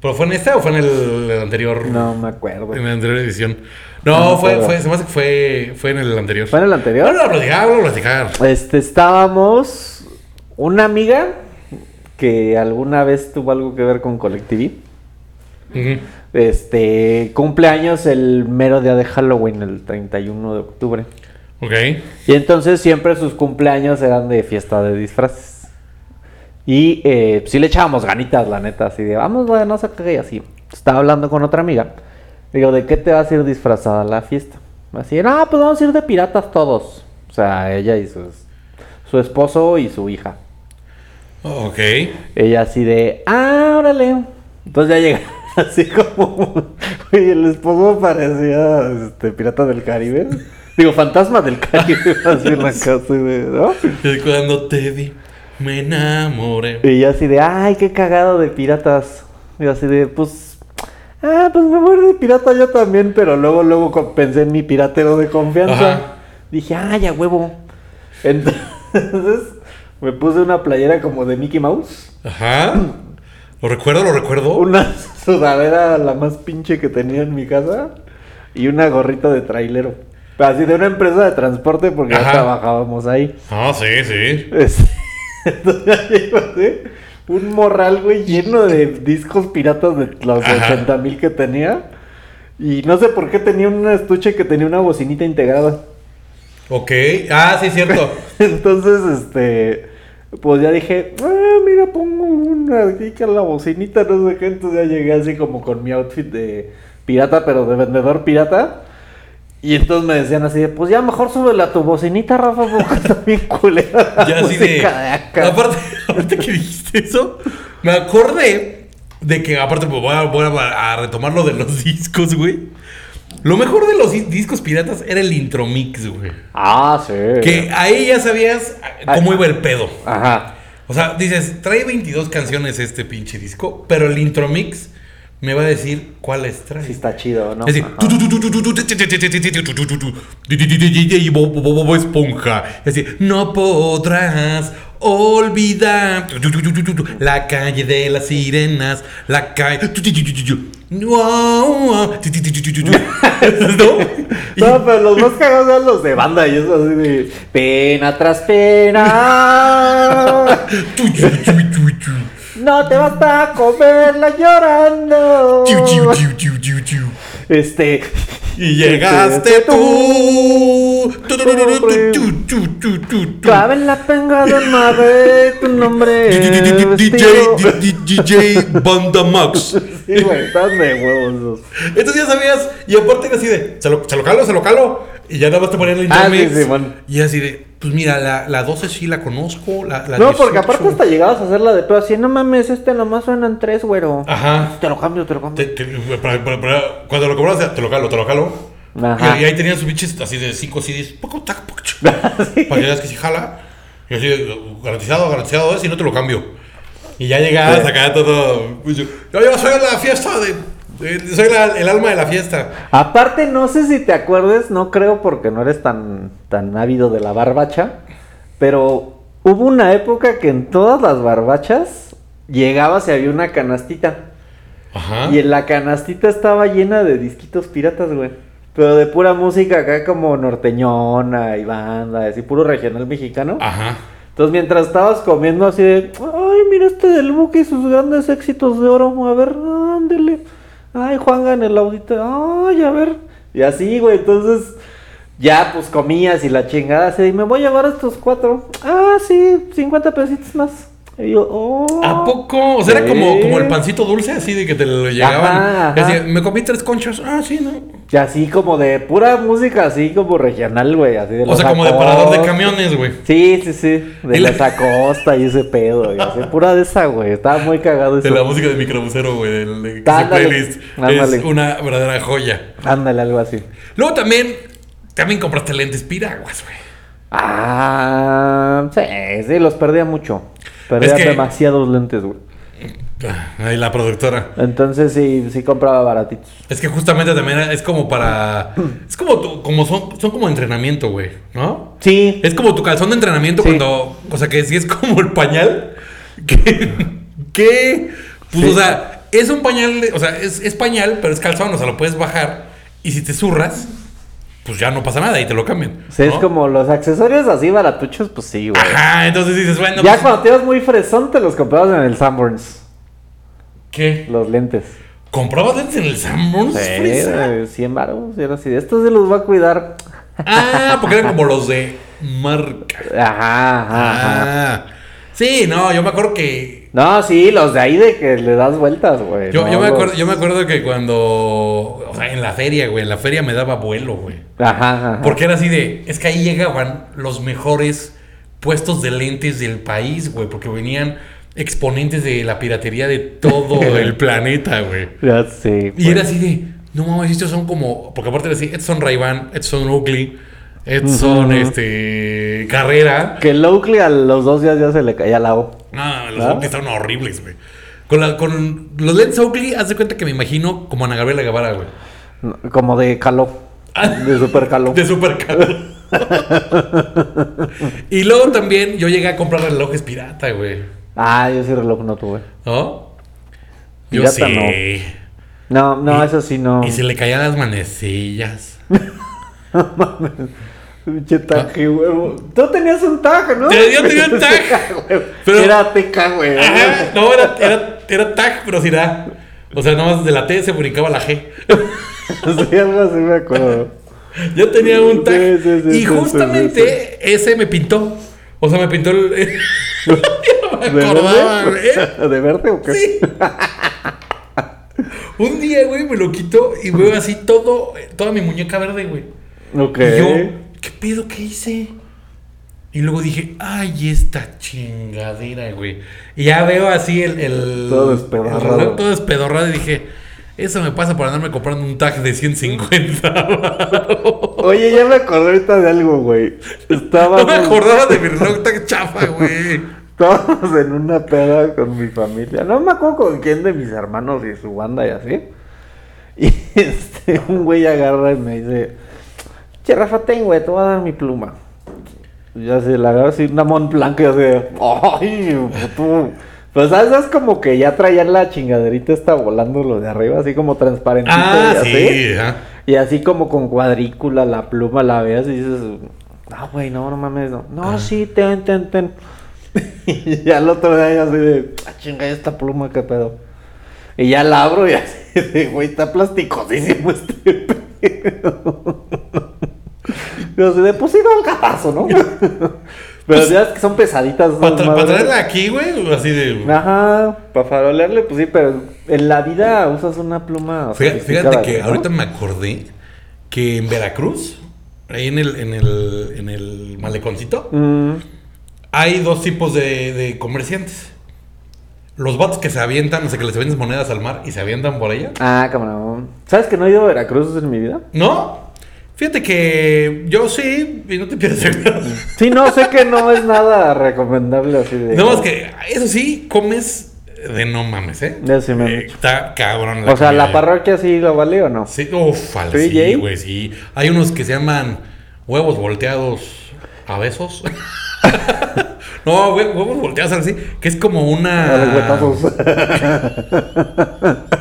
¿Pero fue en esta o fue en el, el anterior?
No me acuerdo.
En la anterior edición. No,
No me
fue,
acuerdo.
fue, se me hace que fue, fue en el anterior.
¿Fue en el anterior?
Vamos a platicar, vamos a platicar.
Este, estábamos. Una amiga que alguna vez tuvo algo que ver con Colectivi.
Ujú.
Este, cumpleaños el mero día de Halloween, el 31 de octubre.
Ok.
Y entonces siempre sus cumpleaños eran de fiesta de disfraces. Y eh, sí le echábamos ganitas, la neta, así de, vamos, güey, no se cague y así. Estaba hablando con otra amiga. Digo, ¿de qué te vas a ir disfrazada a la fiesta? Así, no, pues vamos a ir de piratas todos. O sea, ella y su, su esposo y su hija.
Ok.
Ella así de, ah, órale. Entonces ya llega así como, oye, el esposo parecía este, pirata del Caribe. Digo, fantasma del Caribe, así en la casa, así de, ¿no?
Y Cuando te vi, me enamoré.
Y yo así de, ay, qué cagado de piratas. Y yo así de, pues, ah, pues me voy a ir de pirata yo también, pero luego, luego co- pensé en mi piratero de confianza.
Ajá.
Dije, ay, ya huevo. Entonces me puse una playera como de Mickey Mouse.
Ajá. Lo recuerdo, lo recuerdo.
Una sudadera la más pinche que tenía en mi casa y una gorrita de trailero. Así de una empresa de transporte porque
Ajá.
ya trabajábamos ahí.
Ah, sí, sí.
Es- Entonces ya llevo así un morral, güey, lleno de discos piratas de los
Ajá.
80 mil que tenía. Y no sé por qué tenía un estuche que tenía una bocinita integrada.
Ok. Ah, sí, cierto.
Entonces, este, pues ya dije, ah, mira, pongo una aquí que la bocinita, no sé qué. Entonces ya llegué así como con mi outfit de pirata, pero de vendedor pirata. Y entonces me decían así, de, pues ya mejor súbele a tu bocinita, Rafa, porque está bien culera. la
Ya así de.
música de acá".
Aparte, ahorita que dijiste eso, me acordé de que, aparte, pues voy a, voy a- a retomar lo de los discos, güey. Lo mejor de los di- discos piratas era el intromix, güey.
Ah, sí.
Que ahí ya sabías ah, cómo iba el pedo.
Ajá.
O sea, dices, trae 22 canciones este pinche disco, pero el intromix me va a decir cuáles trae.
Sí está chido, ¿no?
Es decir,
Ajá.
tu, tu, tu, tu, tu, tu, tu, tu, tu, tu, tu, tu, tu, tu, tu, DJ Bob- Bob- Bob Esponja. Es decir, no podrás olvidar tu, tu, tu, tu, tu, tu, tu, la calle de las sirenas, la calle. tu, tu, tu, tu, tu, tu, wow, wow, tu, tu, tu, tu, tu, tu, tu. ¿No? Y-
No, pero los más cagados eran los de banda y eso así de pena tras pena.
tu, tu, tu, tu, tu.
No te basta comerla llorando.
Tu, tu, tu, tu, tu, tu.
Este.
Y llegaste tú. Tu, tu, tu, tu, tu, tu, tu, tu, tu.
Clave en la penga de madre tu nombre. vestido.
DJ, DJ Banda Max.
Sí, güey, están de huevos. esos.
Entonces ya sabías, y aparte era así de, se lo, se lo calo, se lo calo. Y ya nada más te ponían el
Ah,
intermix.
sí, sí, bueno.
Y así de, pues mira, la, la 12 sí la conozco. La, la
No, porque
18.
aparte hasta llegabas a hacer la de pedo así, no mames, este nomás suenan tres, güero.
Ajá.
Te lo cambio, te lo cambio.
Te- te- para- para- para- cuando lo cobras, te lo calo, te lo calo.
Ajá.
Y, y ahí tenían sus biches así de 5 CDs. Poco, tac, poco, ch- Para que veas que si jala. Y así, garantizado, garantizado es, y no te lo cambio. Y ya llegabas acá todo. pues, Yo, yo, yo soy la fiesta de. de- soy la- el alma de la fiesta.
Aparte, no sé si te acuerdes, no creo porque no eres tan, tan ávido de la barbacha, pero hubo una época que en todas las barbachas llegabas y había una canastita.
Ajá.
Y en la canastita estaba llena de disquitos piratas, güey. Pero de pura música acá como norteñona y banda, así puro regional mexicano.
Ajá.
Entonces mientras estabas comiendo así de, ay, mira este del buque y sus grandes éxitos de oro, a ver, ándele. Ay, Juanga en el auditorio, ay, a ver. Y así, güey, entonces ya pues comías y la chingada así de, me voy a llevar estos cuatro. Ah, sí, 50 pesitos más. Y yo, oh.
¿A poco? O sea, era como,
Sí.
como el pancito dulce, así de que te lo llegaban.
Ajá, ajá.
Así, me comí tres conchas. Ah, sí, no.
Y así como de pura música, así como regional, güey, así de
O
los
sea, como de parador de
Acosta.
camiones, güey.
Sí, sí, sí, de
Y la-
la sacosta y ese pedo, güey, así pura de esa, güey, estaba muy cagado eso.
De la música de microbusero, güey. del- De, que
Ándale,
playlist.
ándale.
Es una verdadera joya.
Ándale, algo así.
Luego también, también compraste lentes piraguas, güey.
Ah, sí, sí, los perdía mucho. Perdía
Es que-
demasiados lentes, güey.
Ah, Ahí la productora.
Entonces sí, sí compraba baratitos.
Es que justamente también es como para. Es como tu- como son, son como entrenamiento, güey, ¿no?
Sí,
Es como tu calzón de entrenamiento
Sí.
cuando. O sea que sí es como el pañal. Que. que pues,
Sí.
o sea, es un pañal. de- O sea, es, es pañal, pero es calzón. O sea, lo puedes bajar. Y si te zurras, pues ya no pasa nada y te lo cambian.
sí, es
¿no?
como los accesorios así baratuchos, pues sí, güey.
Ajá, entonces dices, bueno,
ya
pues,
cuando te ibas muy fresón, te los comprabas en el Sanborns,
¿qué?
los lentes.
¿Comprabas lentes en el Sanborns?
Sí,
fresa?
güey, 100 baros, y era así, de, estos se los va a cuidar.
Ah, porque eran como los de marca.
Ajá, ajá, ajá.
Ah. Sí, no, yo me acuerdo que.
No, sí, los de ahí de que le das vueltas, güey.
Yo,
no,
yo me
los-
acuerdo, yo me acuerdo que cuando. O sea, en la feria, güey. En la feria me daba vuelo, güey.
Ajá, ajá.
Porque era así de. Es que ahí llegaban los mejores puestos de lentes del país, güey. Porque venían exponentes de la piratería de todo el planeta, güey.
Ya sé.
Y
güey.
era así de, no mames, estos son como, porque aparte decía, estos son Ray-Ban, estos son Oakley, estos son este, Carrera.
Que el Oakley a los dos días ya se le caía la O.
Ah, los
¿Ah?
Oakley estaban horribles, güey. Con, la- con los lentes Oakley, haz de cuenta que me imagino como Ana Gabriela Guevara, güey.
No, Como de caló.
Ah.
De super caló.
De super caro. y luego también yo llegué a comprar relojes pirata, güey.
Ah, yo sí reloj no tuve.
¿No? Yo
Pirata
sí.
No, no,
Y-
eso sí no.
Y se le caían las manecillas.
Pinche taje, huevo. Tú tenías un taje, ¿no?
Ah. Te- yo tenía un taje. Pero-
Era teca, güey.
Ajá, no, era, era, era tag, pero sin A. O sea, nomás de la T se brincaba la G.
Sí, algo así me acuerdo.
Yo tenía un tag.
Sí, sí, sí,
y
sí,
justamente ese me pintó. O sea, me pintó el. no me acordaba, güey.
verde? ¿De verde o qué?
Sí. Un día, güey, me lo quitó y veo así todo, toda mi muñeca verde, güey.
Ok.
Y yo, ¿qué pedo que hice? Y luego dije, ay, esta chingadera, güey. Y ya veo así el. el
Todo despedorrado.
el reloj todo despedorrado y dije, eso me pasa por andarme comprando un tag de 150.
Oye, ya me acordé ahorita de algo, güey. Estábamos,
no me acordaba de mi reloj tan chafa, güey.
estábamos en una peda con mi familia. No me acuerdo con quién de mis hermanos y su banda y así. Y este, un güey agarra y me dice, che, Rafa, ten, güey, te voy a dar mi pluma. Y Ya se la agarra así, una Mont Blanc, y yo así, de, ay, puto. Pues, ¿sabes? Es como que ya traían la chingaderita esta volando lo de arriba, así como transparentito
Ah,
y así.
sí. ajá.
Y así como con cuadrícula, la pluma la veas y dices, ah, güey, no, no mames, no. No,
Ah.
sí, ten, ten, ten. y ya el otro día yo así de, ah, chinga, esta pluma, qué pedo. Y ya la abro y así de, güey, está plasticosísimo este pedo. Pero se de, pues sí, da un capazo, ¿no? Pero
Pues,
ya es que son pesaditas. esas
Para tra- para
madres.
traerla aquí, güey, así de.
Ajá, para farolearle, pues sí, pero en la vida usas una pluma.
Fíjate,
sofisticada,
fíjate que
¿no?
ahorita me acordé que en Veracruz ahí en el, en el, en el maleconcito,
Mm,
hay dos tipos de, de comerciantes. Los vatos que se avientan, o sea, que les vendes monedas al mar y se avientan por ella.
Ah, cabrón. ¿Sabes que no he ido a Veracruz en mi vida?
¿No? Fíjate que yo sí, y no te pierdes el pedo.
Sí, no, sé que no es nada recomendable así de.
No, es que eso sí, comes de no mames, ¿eh?
Ya sí me han
Eh,
dicho.
Está cabrón.
O sea, ¿la
comida.
parroquia sí lo vale o no?
Sí, uf, al-
¿Sí,
sí,
Jay?
güey, sí. Hay unos que se llaman huevos volteados a besos. no, güey, huevos volteados así, que es como una...
A los huetazos.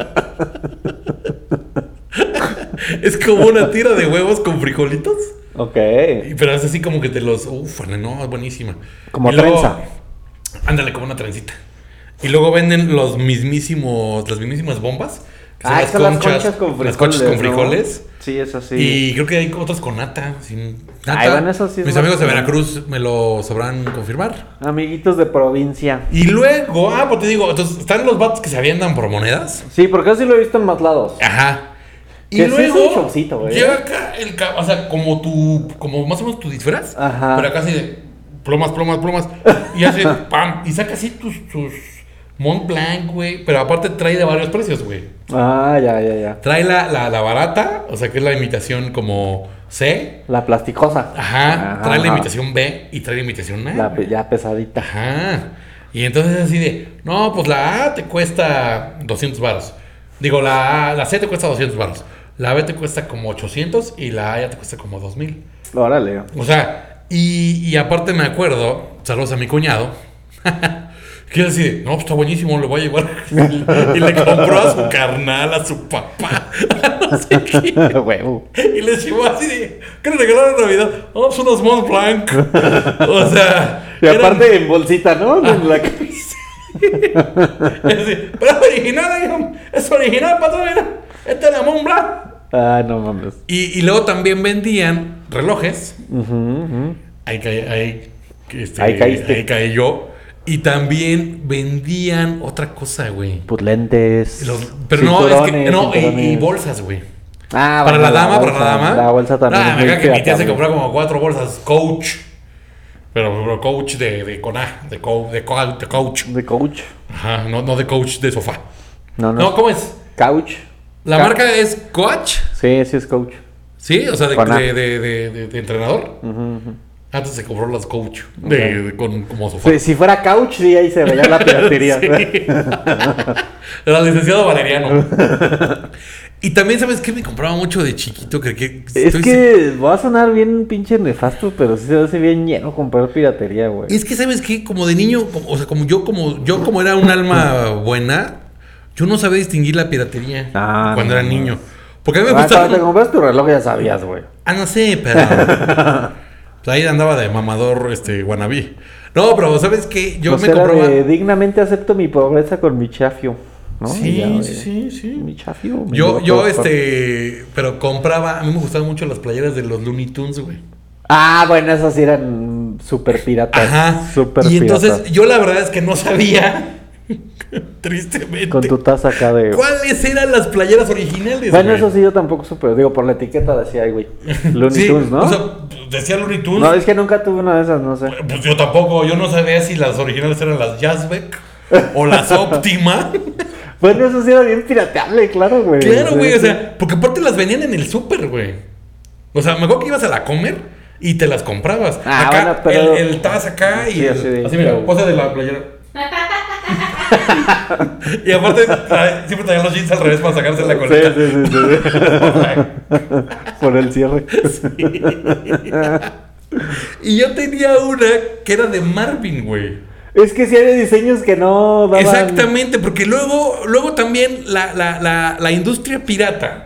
Es como una tira de huevos con frijolitos.
ok.
y- Pero es así como que te los... Uf, no, es buenísima.
Como
Y luego-
trenza.
Ándale, como una trencita. Y luego venden los mismísimos, las mismísimas bombas. que son
Ah, son las conchas con frijoles.
Las conchas con
¿no?
frijoles.
Sí, es así.
Y creo que hay otras con nata. Sin nata.
Ay, bueno, eso sí es
Mis
más
amigos de
común.
Veracruz me lo sabrán confirmar.
Amiguitos de provincia.
Y luego, ah, pues te digo, entonces están los vatos que se avientan por monedas.
Sí, porque yo sí lo he visto en más lados.
Ajá. Y
Que sí es
luego
un showcito, güey.
llega acá el ca- o sea, como tu, como más o menos tu disfraz,
Ajá.
pero acá así de plomas, plomas, plomas. Y hace pam, y saca así tus, tus Mont Blanc, güey. Pero aparte trae de varios precios, güey.
Ah, ya, ya, ya.
Trae la, la, la barata, o sea que es la imitación como C,
La plasticosa.
Ajá, trae la
ajá.
imitación B y trae la imitación A.
La pe-
güey.
ya pesadita.
Ajá. Y entonces así de, no, pues la A te cuesta 200 baros. Digo, la, A- la C te cuesta 200 baros. La B te cuesta como 800 y la A ya te cuesta como 2000.
Órale.
O sea, y, y aparte me acuerdo, saludos a mi cuñado, que él así de, no, pues está buenísimo, lo voy a llevar. y le compró a su carnal, a su papá, no sé qué.
Huevo.
Y les llevó así de, ¿qué le regalaron en Navidad? Oh, pues unos Mont Blanc. O sea.
Y
eran-
aparte en bolsita, ¿no? En la que-
así, Pero es original, oigan, es original, patrón, mira. Este era Mont Blanc.
Ah, no mames.
Y, y luego también vendían relojes.
Ujú, ujú.
Ahí, caí- ahí, este,
Ahí caíste.
Ahí caí yo. Y también vendían otra cosa, güey.
Pues lentes.
Los- pero no, es que,
cinturones,
no, y- y,
cinturones.
bolsas, güey.
Ah,
para
bueno,
la dama, para la
bolsa.
dama.
La bolsa también.
Ah,
es
me
muy
caga que mi tía
pirata,
se
güey.
compró como cuatro bolsas coach. Pero, pero coach de, de con A, de, co- de, co- de coach.
De coach.
Ajá, no, no de coach de sofá.
No, no.
No, ¿cómo es?
Couch.
La
Ca-
marca es coach,
Sí, sí es coach.
¿sí? O sea, de,
Con A.
de, de, de- de- de entrenador. Antes se compró las coach de, de- con, como sofá.
Sí, si fuera couch, sí, ahí se veía la piratería.
Sí. Era licenciado Valeriano. Y también, ¿sabes qué? Me compraba mucho de chiquito. Que, que
Es
estoy-
que va a sonar bien pinche nefasto, pero sí se hace bien lleno comprar piratería, güey.
Es que, ¿sabes qué? Como de niño, como- o sea, como yo, como yo como era un alma buena, yo no sabía distinguir la piratería
Ah,
cuando
no.
era niño. Porque a mí me
Ah,
gustaba...
cuando te compras tu reloj ya sabías, güey.
Ah, no sé, pero. Pues ahí andaba de mamador, este, wannabe. No, pero ¿sabes qué? Yo
Pues
me
era
compraba.
de dignamente acepto mi pobreza con mi chafio, ¿no? Y
sí,
ya, güey.
sí, sí.
Mi chafio. mi
Yo,
loco,
yo,
por-
este. Pero compraba. A mí me gustaban mucho las playeras de los Looney Tunes, güey.
Ah, bueno, esas sí eran super piratas.
Ajá.
Super
y entonces,
piratas.
yo la verdad es que no sabía. tristemente.
Con tu taza acá de.
¿Cuáles eran las playeras originales?
Bueno,
güey?
eso sí, yo tampoco supe. Digo, por la etiqueta decía, ay, güey. Looney
Sí,
Tunes, ¿no?
O sea, decía Looney Tunes.
no, es que nunca tuve una de esas, no sé.
Pues yo tampoco, yo no sabía si las originales eran las Jazzbeck o las Optima.
Bueno, eso sí era bien pirateable, claro, güey.
claro, güey, o
sí.
sea, porque aparte las vendían en el súper, güey. O sea, me acuerdo que ibas a la comer y te las comprabas.
Ah,
acá,
bueno, pero-
el, el Taz acá y.
Sí,
el-
así de-
así, mira, pose de la playera. y aparte, tra- siempre traían los jeans al revés para sacarse la
Sí,
coleta.
sí, sí, sí, sí. Por el cierre.
y yo tenía una que era de Marvin, güey.
Es que sí hay de diseños que no daban.
Exactamente, porque luego, luego también la, la, la, la industria pirata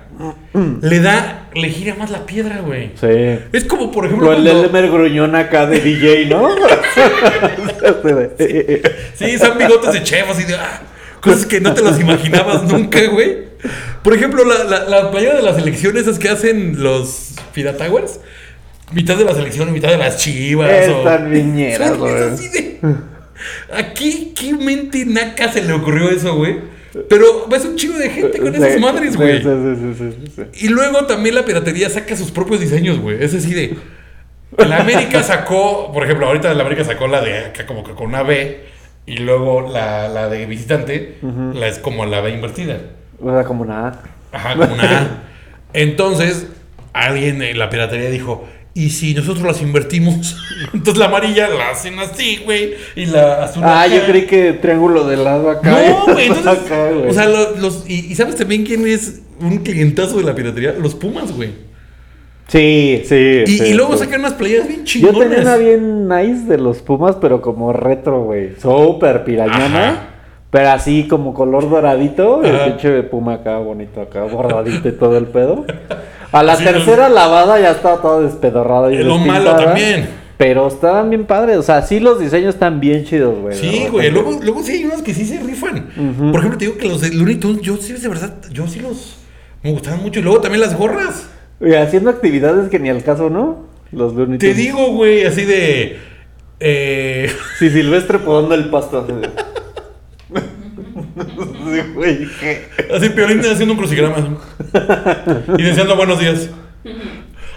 Mm.
le da, le gira más la piedra, güey.
Sí.
Es como, por ejemplo,
Con el
cuando-
Elmer gruñón acá de DJ, ¿no? Este
sí, son bigotes de chef, así de ah, cosas que no te las imaginabas nunca, güey. Por ejemplo, la, la, la playera de las elecciones, esas que hacen los Piratowers, mitad de la selección y mitad de las chivas.
Están viñeras,
Son
güey.
así de- ¿A qué, qué mente naca se le ocurrió eso, güey? Pero ves un chingo de gente con esas
Sí,
madres,
sí,
güey.
Sí, sí, sí, sí, sí.
Y luego también la piratería saca sus propios diseños, güey. Es así de. La América sacó, por ejemplo, ahorita la América sacó la de acá como que con una B. Y luego la, la de visitante la es como la B invertida.
O sea, como nada.
Ajá, como una A. Entonces, alguien en la piratería dijo. Y si nosotros las invertimos, entonces la amarilla la hacen así, güey. Y Pues la azul.
Ah,
acá.
yo creí que triángulo de lado acá.
No, güey.
entonces...
Entonces, o sea, lo- los, y, y sabes también quién es un clientazo de la piratería? Los Pumas, güey.
sí, sí.
Y,
sí,
y luego
sí.
sacan unas playeras bien
Yo
chingonas.
tenía una bien nice de los Pumas, pero como retro, güey. Súper pirañona.
Ajá.
Pero así como color doradito.
Ajá.
El pinche de Puma acá, bonito acá, bordadito y todo el pedo. A la
Así
tercera lavada ya estaba toda despedorrada y
Es lo malo
despintada,
también.
Pero estaban bien padres. O sea, sí los diseños están bien chidos, güey.
Sí,
¿no?
güey. Luego, luego sí hay unos que sí se rifan. Por ejemplo, te digo que los de Looney Tunes, yo sí, de verdad, yo sí los. Me gustaban mucho. Y luego también las gorras.
Y haciendo actividades que ni al caso, ¿no? Los Looney
Te
Tunes.
digo, güey, así de. Eh,
Sí, Silvestre podando el pasto. así de- Sí, güey, ¿qué?
así Piolín haciendo un crucigrama. y deseando buenos días.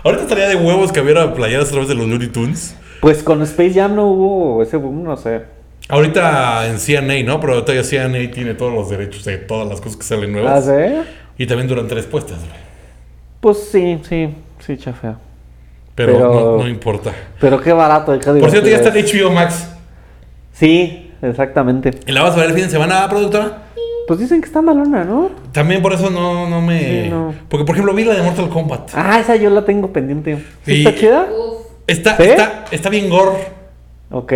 Ahorita estaría de huevos que hubiera playeras a través de los Looney Tunes.
Pues con Space Jam no hubo ese boom, no sé.
Ahorita en CNA, ¿no? Pero todavía CNA tiene todos los derechos de todas las cosas que salen
¿Ah,
nuevas.
sí?
Y también duran tres puestas, güey.
Pues sí, sí, sí, chafea.
Pero, No,
Pero-
no importa.
Pero qué barato, hija de
Por cierto, ya está en
divertido
HBO Max.
es. Sí, exactamente.
¿Y la vas a ver el fin de semana, productora?
Pues dicen que está malona, ¿no?
También por eso no, no me...
Sí, no.
Porque, por ejemplo, vi la de Mortal Kombat.
Ah, esa yo la tengo pendiente. ¿Sí
Sí.
¿Está chida?
Uf.
Está,
¿Sí?
está, está bien gore
Ok.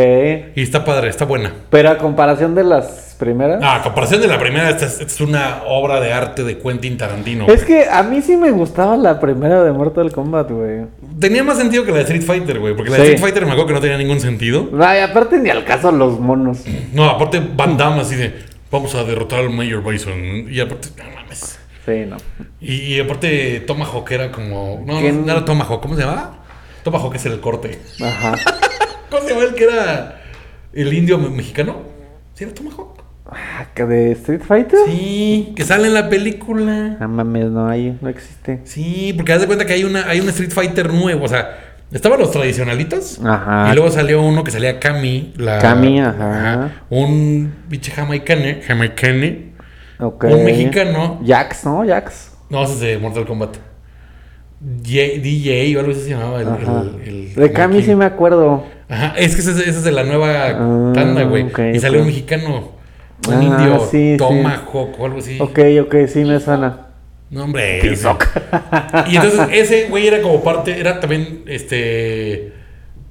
y está padre, está buena.
Pero a comparación de las primeras.
Ah, a comparación de la primera, esta es, esta es una obra de arte de Quentin Tarantino.
es
güey.
que a mí sí me gustaba la primera de Mortal Kombat, güey.
Tenía más sentido que la de Street Fighter, güey. Porque la
Sí.
de Street Fighter me acuerdo que no tenía ningún sentido.
Ay, aparte ni al caso los monos.
No, aparte Van Damme así de... Vamos a derrotar al Mayor Bison. Y aparte... No mames.
Sí, no.
Y, y aparte Tomahawk era como... No, no,
¿Quién?
no era Tomahawk. ¿Cómo se llama? Tomahawk es el corte.
Ajá.
¿Cómo se llama el que era el indio me- mexicano? ¿Sí era Tomahawk?
Ah, ¿que ¿De Street Fighter?
Sí, que sale en la película.
Ah, mames, no hay, no existe.
Sí, porque haz de cuenta que hay una, hay un Street Fighter nuevo. O sea, estaban los tradicionalitos.
Ajá.
Y luego salió uno que salía Cami. La,
Cami, ajá.
Un pinche jamaicane. Jamaicane.
Ok.
Un mexicano.
Jax, ¿no? Jax.
No, ese es de Mortal Kombat. Ye- DJ o algo así se llamaba. El,
Ajá.
el- el
de Cami sí
jamaicano.
me acuerdo.
Ajá, es que ese, es- ese es de la nueva
Ah,
tanda, güey.
ok,
y salió
ok.
un mexicano, un
Ah,
indio,
sí, sí.
Tomahawk o algo así.
Ok, ok, sí me suena.
No, hombre. ese. Y entonces ese güey era como parte, era también este.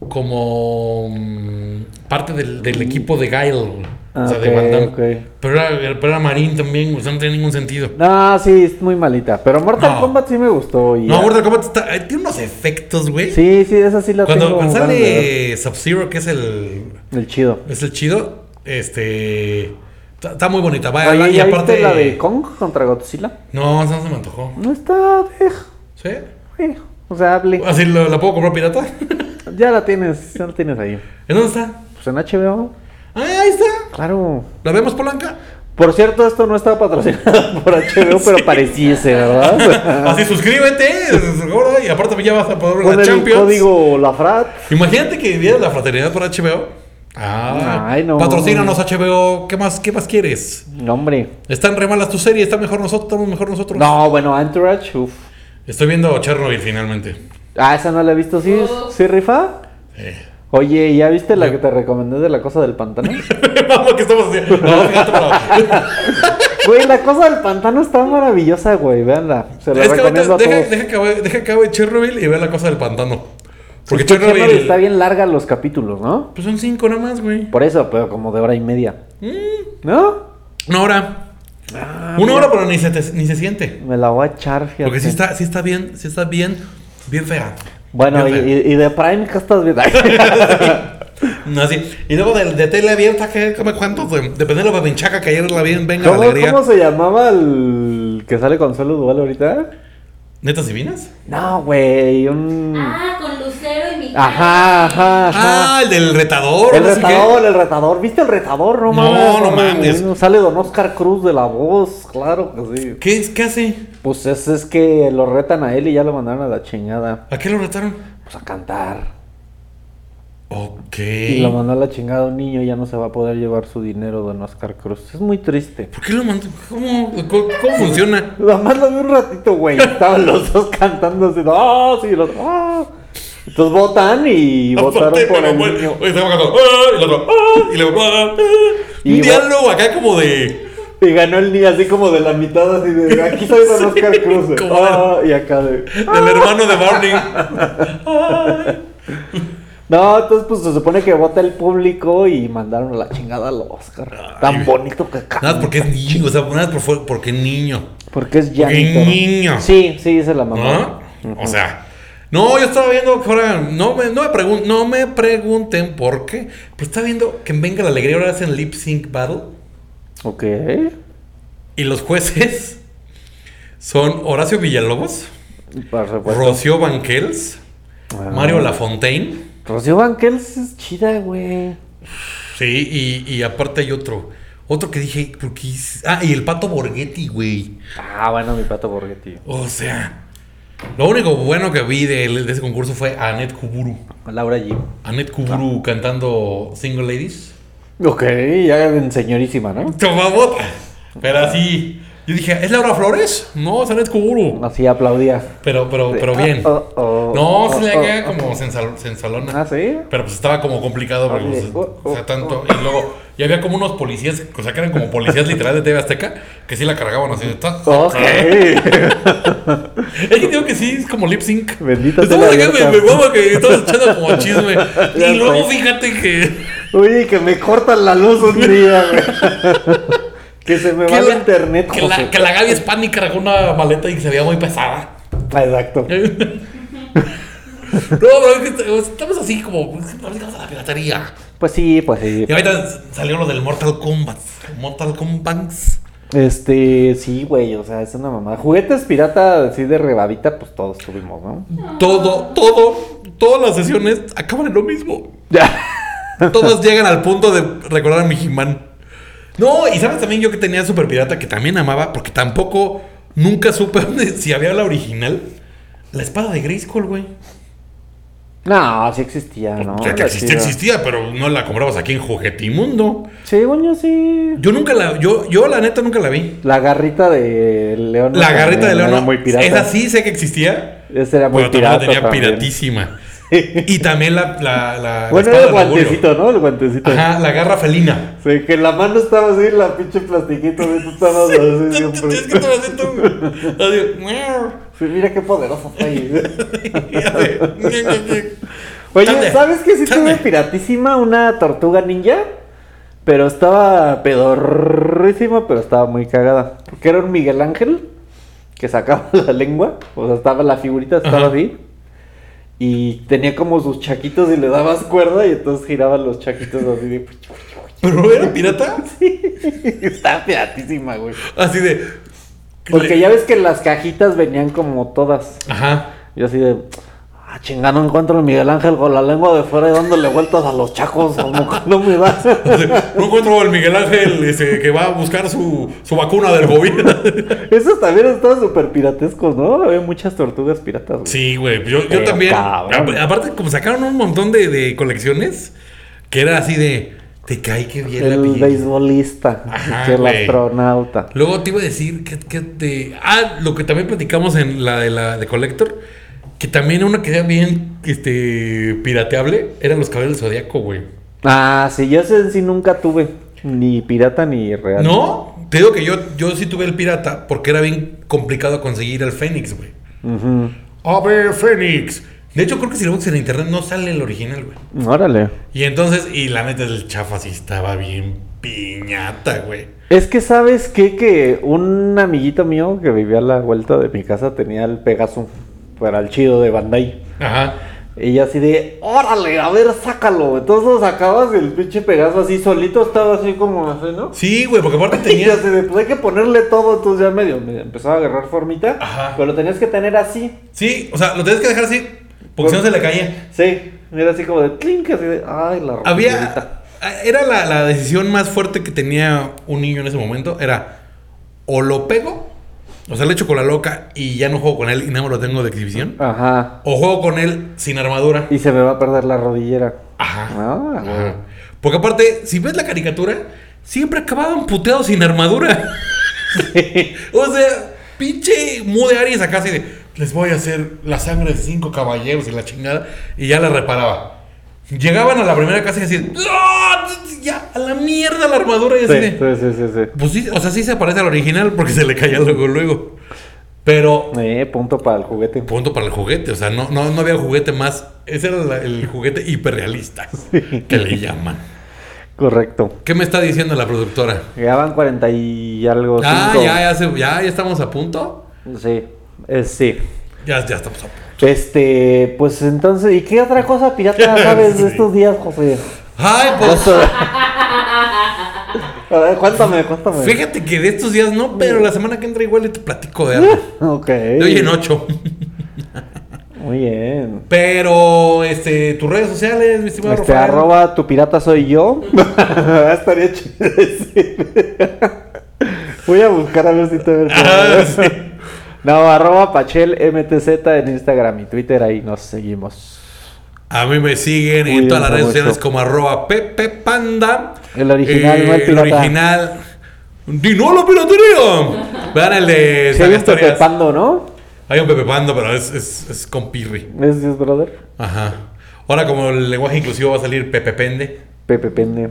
Como mm, parte del, del equipo de Guile, güey. o sea, de
Ok,
Van Damme.
ok.
Pero era, pero era Marín también, güey, o sea, no tenía ningún sentido.
No, sí, es muy malita. Pero Mortal
No.
Kombat sí me gustó. y-
No, Mortal Kombat está- eh, tiene unos efectos, güey.
Sí, sí, esa sí la
Cuando,
tengo.
cuando
ganas de ver.
sale Sub-Zero, que es el,
El chido.
Es el chido. Este. Está está muy bonita. Va, va,
Oye,
y
¿ya
aparte.
viste la de Kong contra Godzilla?
No, esa no se me antojó.
No está, deja,
¿Sí?
güey. O sea, hable.
¿Así lo- la puedo comprar pirata? ¿En
Ya la tienes, ya la tienes ahí.
dónde está?
Pues en HBO,
Ah, ahí está.
claro.
¿La vemos, Polanca?
Por cierto, esto no está patrocinado por HBO, pero pareciese, ¿verdad?
Así suscríbete. gordo, Y aparte ya vas a poder ver
Pon
la
el
Champions.
código LAFRAT.
Imagínate que vivieras la fraternidad por HBO. Ah,
Ay, no.
patrocínanos HBO. ¿Qué más, ¿Qué más quieres?
No, hombre.
Están re malas tu serie, está mejor nosotros, estamos mejor nosotros.
No, bueno, Entourage, uff.
Estoy viendo Chernobyl finalmente.
Ah, esa no la he visto, ¿sí, ¿sí rifa?
Eh.
Oye, ¿ya viste la que te recomendé de la cosa del pantano?
Vamos, que estamos haciendo. No, fíjate, pero-
Güey, la cosa del pantano está maravillosa, güey, véanla. Se la
Es que
recomiendo
ahorita
a
Este deja,
todos.
deja, que acabe- deja que acabe Chernobyl y ve la cosa del pantano. Porque
Es que
Chernobyl.
Chernobyl está bien larga los capítulos, ¿no?
Pues son cinco nada más, güey.
Por eso, pero como de hora y media.
Mm.
¿No?
Una hora.
Ah,
Una hora, pero ni se, te- ni se siente.
Me la voy a echar, fíjate.
Porque sí está, sí está bien, sí está bien, bien fea.
Bueno, y,
Bien fea.
y- y de Prime, ¿qué estás viendo?
No, así. Y luego de, de tele abierta, ¿qué, cómo- ¿cuántos? De, de Penélope Benchaca, que ayer la vi en Venga la
¿Cómo,
Alegría.
cómo se llamaba el que sale con Solo Dual ahorita?
¿Netas divinas?
No, güey, un...
Ah, con Lucero y mi
mm. Ajá, ajá, ajá.
Ah, el del retador.
el
no sé qué.
retador, el retador. ¿Viste el retador? No,
No,
mames.
no mames.
güey, Sale Don Oscar Cruz de la voz, claro que sí.
¿Qué, es- ¿Qué hace?
Pues es, es que lo retan a él y ya lo mandaron a la chingada.
¿A qué lo retaron?
Pues a cantar.
Ok.
Y lo mandó a la chingada un niño y ya no se va a poder llevar su dinero Don Oscar Cruz. Es muy triste.
¿Por qué lo mandó? ¿Cómo, cómo, cómo funciona?
Nada más lo vi un ratito, güey. Estaban los dos cantando así. ¡Ah! sí, los. ¡Ah! Entonces votan y votaron
Aparte,
por
pero
el
bueno,
niño.
oye, estaba cantando, "Ah", y el otro, "Ah", y luego, "Ah",
Y
un
va-
diálogo acá como de.
Y ganó el niño así como de la mitad, así de. Aquí soy Don Oscar Cruz. güey.
como
¡Ah! y acá de.
Del hermano de Barney. Ah,
No, entonces pues se supone que vota el público y mandaron a la chingada al Oscar. Tan
Ay,
bonito que
Nada
canta.
más porque es niño, o sea, nada más por- porque es niño.
Porque es
Porque
llanito.
niño.
Sí, sí, se la mamó.
¿No? O sea. No, yo estaba viendo que ahora. No me, no, me pregun- no me pregunten por qué. Pero estaba viendo que en Venga la Alegría ahora hacen lip sync battle.
Ok.
Y los jueces son Horacio Villalobos,
Por supuesto.
Rocío Banquels,
Ah.
Mario Lafontaine.
Rocío Banquels es chida, güey.
Sí, y, y aparte hay otro. Otro que dije, ¿por qué hice? Ah, y el pato Borghetti, güey.
Ah, bueno, mi pato Borghetti.
O sea, lo único bueno que vi de, de ese concurso fue a Annette Kuburu.
Laura G.
Annette
Ah.
Kuburu cantando Single Ladies.
Ok, ya en señorísima, ¿no?
Tomabota. Pero así. Yo dije, ¿es Laura Flores? No, es Annette Kuburu.
Así aplaudía.
Pero, pero, pero
Ah,
bien.
oh, oh,
No,
oh,
se le
oh,
queda
oh.
como sensal- sensalona.
Ah, sí.
Pero pues estaba como complicado porque
Oye,
pues,
oh,
o sea,
oh,
tanto. Y luego, y había como unos policías, o sea, que eran como policías literal de TV Azteca, que sí la cargaban así. de ta-
Ok.
Es que digo que sí, es como lip sync.
Bendita
Estamos
sea la
acá, me,
Virgen.
me guapa que estamos echando como chisme.
Ya
Y luego
sé.
fíjate que.
Oye, que me cortan la luz un día, güey. que se me va el internet,
que, la,
José.
que la Gaby Spani cargó una maleta y se veía muy pesada.
Ah, Exacto.
no, pero es que est- estamos así como. Estamos a la piratería.
Pues sí, pues sí.
Y ahorita salió lo del Mortal Kombat. Mortal Kombat.
Este, sí, güey, o sea, es una mamada. Juguetes pirata, así de rebabita, pues todos tuvimos, ¿no?
Todo, todo, todas las sesiones acaban en lo mismo.
Ya.
Todas llegan al punto de recordar a mi He-Man. No, y sabes también yo que tenía Super Pirata que también amaba, porque tampoco nunca supe dónde- si había la original. La espada de Grayskull, güey.
No, sí existía, Ah, ¿no?
O sea, Pues que
La
existía,
chida.
existía, pero no la comprabas aquí en Juguetimundo.
Según yo sí.
Yo nunca la, yo, yo la neta nunca la vi.
La garrita de León.
La garreta de
también
León.
Era
no,
muy pirata.
Esa sí sé que existía,
Ese era muy
pero también la
pirata.
tenía
también.
piratísima. Y también la, la, la- la
Bueno,
espada
era el
del augurio.
guantecito, ¿no? El guantecito.
Ajá, la garra felina.
Sí, que la mano estaba así, la pinche plastiquito, de tú estabas así siempre.
Es que te vas a tú, Así, miau.
Sí, mira qué poderosa soy.
Y hace, ñe, ñe, ñe. Chale,
Oye, ¿sabes que sí
chale.
tuve piratísima una tortuga ninja? Pero estaba pedorrísima, pero estaba muy cagada. Porque era un Miguel Ángel que sacaba la lengua. O sea, estaba la figurita, estaba
Ajá.
así. Y tenía como sus chaquitos y le dabas cuerda y entonces giraban los chaquitos así de...
Pero era pirata.
estaba piratísima, güey.
Así de.
Porque ya ves que las cajitas venían como todas.
Ajá.
Yo así de. Ah, chinga, no encuentro a Miguel Ángel con la lengua de fuera y dándole vueltas a los chacos. Como que no me da.
Así, No encuentro al Miguel Ángel este, que va a buscar su, su vacuna del COVID.
Esos también estaban súper piratescos, ¿no? Había muchas tortugas piratas. güey.
Sí, güey. Yo, yo
Pero
también.
cabrón.
a- Aparte, como sacaron un montón de, de colecciones, que era así de. Te cae que bien la
El
pillé.
beisbolista,
Ajá,
que el
güey.
astronauta.
Luego te iba a decir que, que te. Ah, lo que también platicamos en la de la de Collector. Que también una que era bien este, pirateable eran los cabellos del zodiaco, güey.
Ah, sí, yo ese sí nunca tuve. Ni pirata ni real.
No, te digo que yo, yo sí tuve el pirata porque era bien complicado conseguir el Fénix, güey.
Ujú.
A ver, Fénix. De hecho, creo que si lo buscas en internet no sale el original, güey.
Órale.
Y entonces, y la neta, el chafa sí estaba bien piñata, güey.
Es que sabes qué? que un amiguito mío que vivía a la vuelta de mi casa tenía el Pegaso. Para el chido de Bandai.
Ajá.
Ella así de, órale, a ver, sácalo. Entonces lo sacabas y el pinche Pegaso así solito estaba así como así, ¿no?
Sí, güey, porque aparte
Y
tenía.
así de, pues hay que ponerle todo, entonces ya medio, medio empezaba a agarrar formita.
Ajá.
Pero lo tenías que tener así.
Sí, o sea, lo tenías que dejar así. Porque si no se le caía.
Sí, era así como de clink, así de. Ay, la
Había.
rompidita.
Era la, la decisión más fuerte que tenía un niño en ese momento. Era o lo pego, o sea, le echo con la loca y ya no juego con él y nada más lo tengo de exhibición.
Ajá.
O juego con él sin armadura.
Y se me va a perder la rodillera.
Ajá.
Ah,
Ajá.
güey.
Porque aparte, si ves la caricatura, siempre acababan puteados sin armadura. o sea, pinche Mu de Aries acá así de, les voy a hacer la sangre de cinco caballeros y la chingada. Y ya la reparaba. Llegaban a la primera casa y decían, ¡No! Ya, a la mierda la armadura. Y así
Sí,
de,
sí, sí, sí. sí.
pues sí, o sea, sí se parece al original porque se le caía luego, luego. Pero,
Eh, punto para el juguete.
punto para el juguete, o sea, no, no, no había juguete más. Ese era la- el juguete hiperrealista que le llaman.
Correcto.
¿Qué me está diciendo la productora?
Ya van 40 y algo.
Ah,
cinco.
ya, ya, se- ya, ya estamos a punto.
Sí, eh, sí.
Ya, ya estamos a punto.
Este, pues entonces, ¿y qué otra cosa pirata sabes
Sí.
de estos días, José?
Ay, pues.
Esto- A ver, cuéntame, cuéntame.
Fíjate que de estos días no, pero la semana que entra igual y te platico de algo.
Ok.
De hoy en ocho.
Muy bien.
Pero, este, tus redes sociales, mi estimado
Este,
Rafael.
arroba tu pirata soy yo. Ah, Estaría chido decir. Voy a buscar a ver si te ves.
Ah, sí.
No, arroba Pachel MTZ en Instagram y Twitter, ahí nos seguimos.
A mí me siguen en
Muy
todas las
bien,
redes
Roberto.
sociales como arroba Pepe Panda. Eh,
El original, no el
El
pirata.
original. ¡Di no la piratería! Vean el de
Se ha visto
Sagastorias.
Pando, ¿no?
Hay un Pepe Panda, pero es, es, es con pirri.
Es Dios, brother.
Ajá. Ahora como el lenguaje inclusivo va a salir Pepe Pende,
Pepe Pende.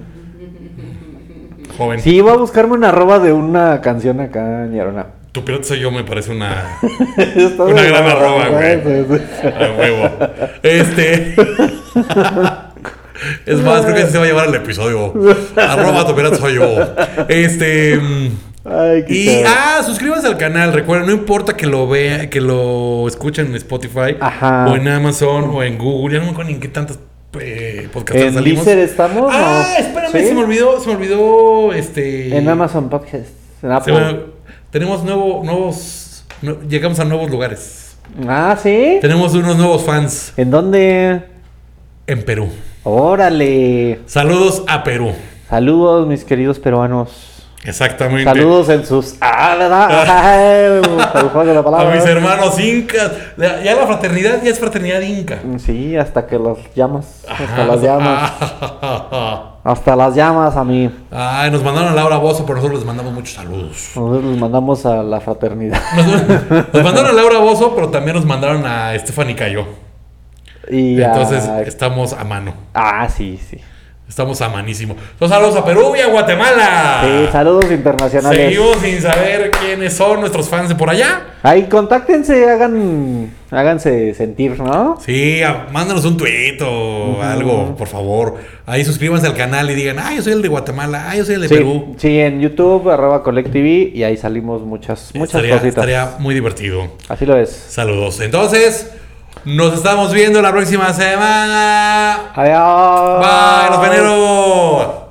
joven.
Sí, iba a buscarme una arroba de una canción acá, ñarona.
Tu pirata soy yo me parece una,
Está
una
de
gran
huevo,
arroba, güey.
sí, sí.
A huevo. Este. es más, creo que así se va a llevar el episodio. Arroba tu pirata soy yo. Este. mm,
Ay, qué
Y
chévere.
ah, suscríbanse al canal, recuerden, no importa que lo vea, que lo escuchen en Spotify
Ajá.
o en Amazon o en Google, ya no me acuerdo ni en qué tantas eh, podcasts
¿En
salimos.
Deezer estamos?
Ah,
¿O-
espérame,
sí?
se me olvidó, se me olvidó este
En Amazon Podcast. En
se
Apple.
me- tenemos nuevo, nuevos no- llegamos a nuevos lugares.
Ah, ¿sí?
Tenemos unos nuevos fans
¿En dónde?
en Perú.
Órale.
Saludos a Perú.
Saludos, mis queridos peruanos.
Exactamente.
Saludos en sus... Ah, ¿verdad? Ay, el juego de la
a
palabra.
mis hermanos incas. La- Ya la fraternidad ya es fraternidad inca.
Sí, hasta que las llamas. Hasta
Ajá.
las llamas.
Ah,
Hasta las llamas a mí.
Ay, nos mandaron a Laura Bozo, pero nosotros les mandamos muchos saludos.
Nosotros los mandamos a la fraternidad.
Nos, nos mandaron a Laura Bozo, pero también nos mandaron a Stephanie Cayo.
Y a-
Entonces estamos a mano.
Ah, sí, sí.
Estamos a manísimo. Entonces, saludos a Perú y a Guatemala.
Sí, saludos internacionales.
Ah. Seguimos sin saber quiénes son nuestros fans de por allá.
Ahí contáctense, hagan, háganse sentir, ¿no?
Sí, a- mándanos un tuit o algo, por favor. Ahí suscríbanse al canal y digan, ah, yo soy el de Guatemala, ah, yo soy el de
Sí,
Perú.
sí, en YouTube, arroba Collectv, y ahí salimos muchas, muchas
Estaría-
cositas.
estaría muy divertido.
Así lo es.
Saludos. Entonces, nos estamos viendo la próxima semana.
Adiós.
Bye, los veneros.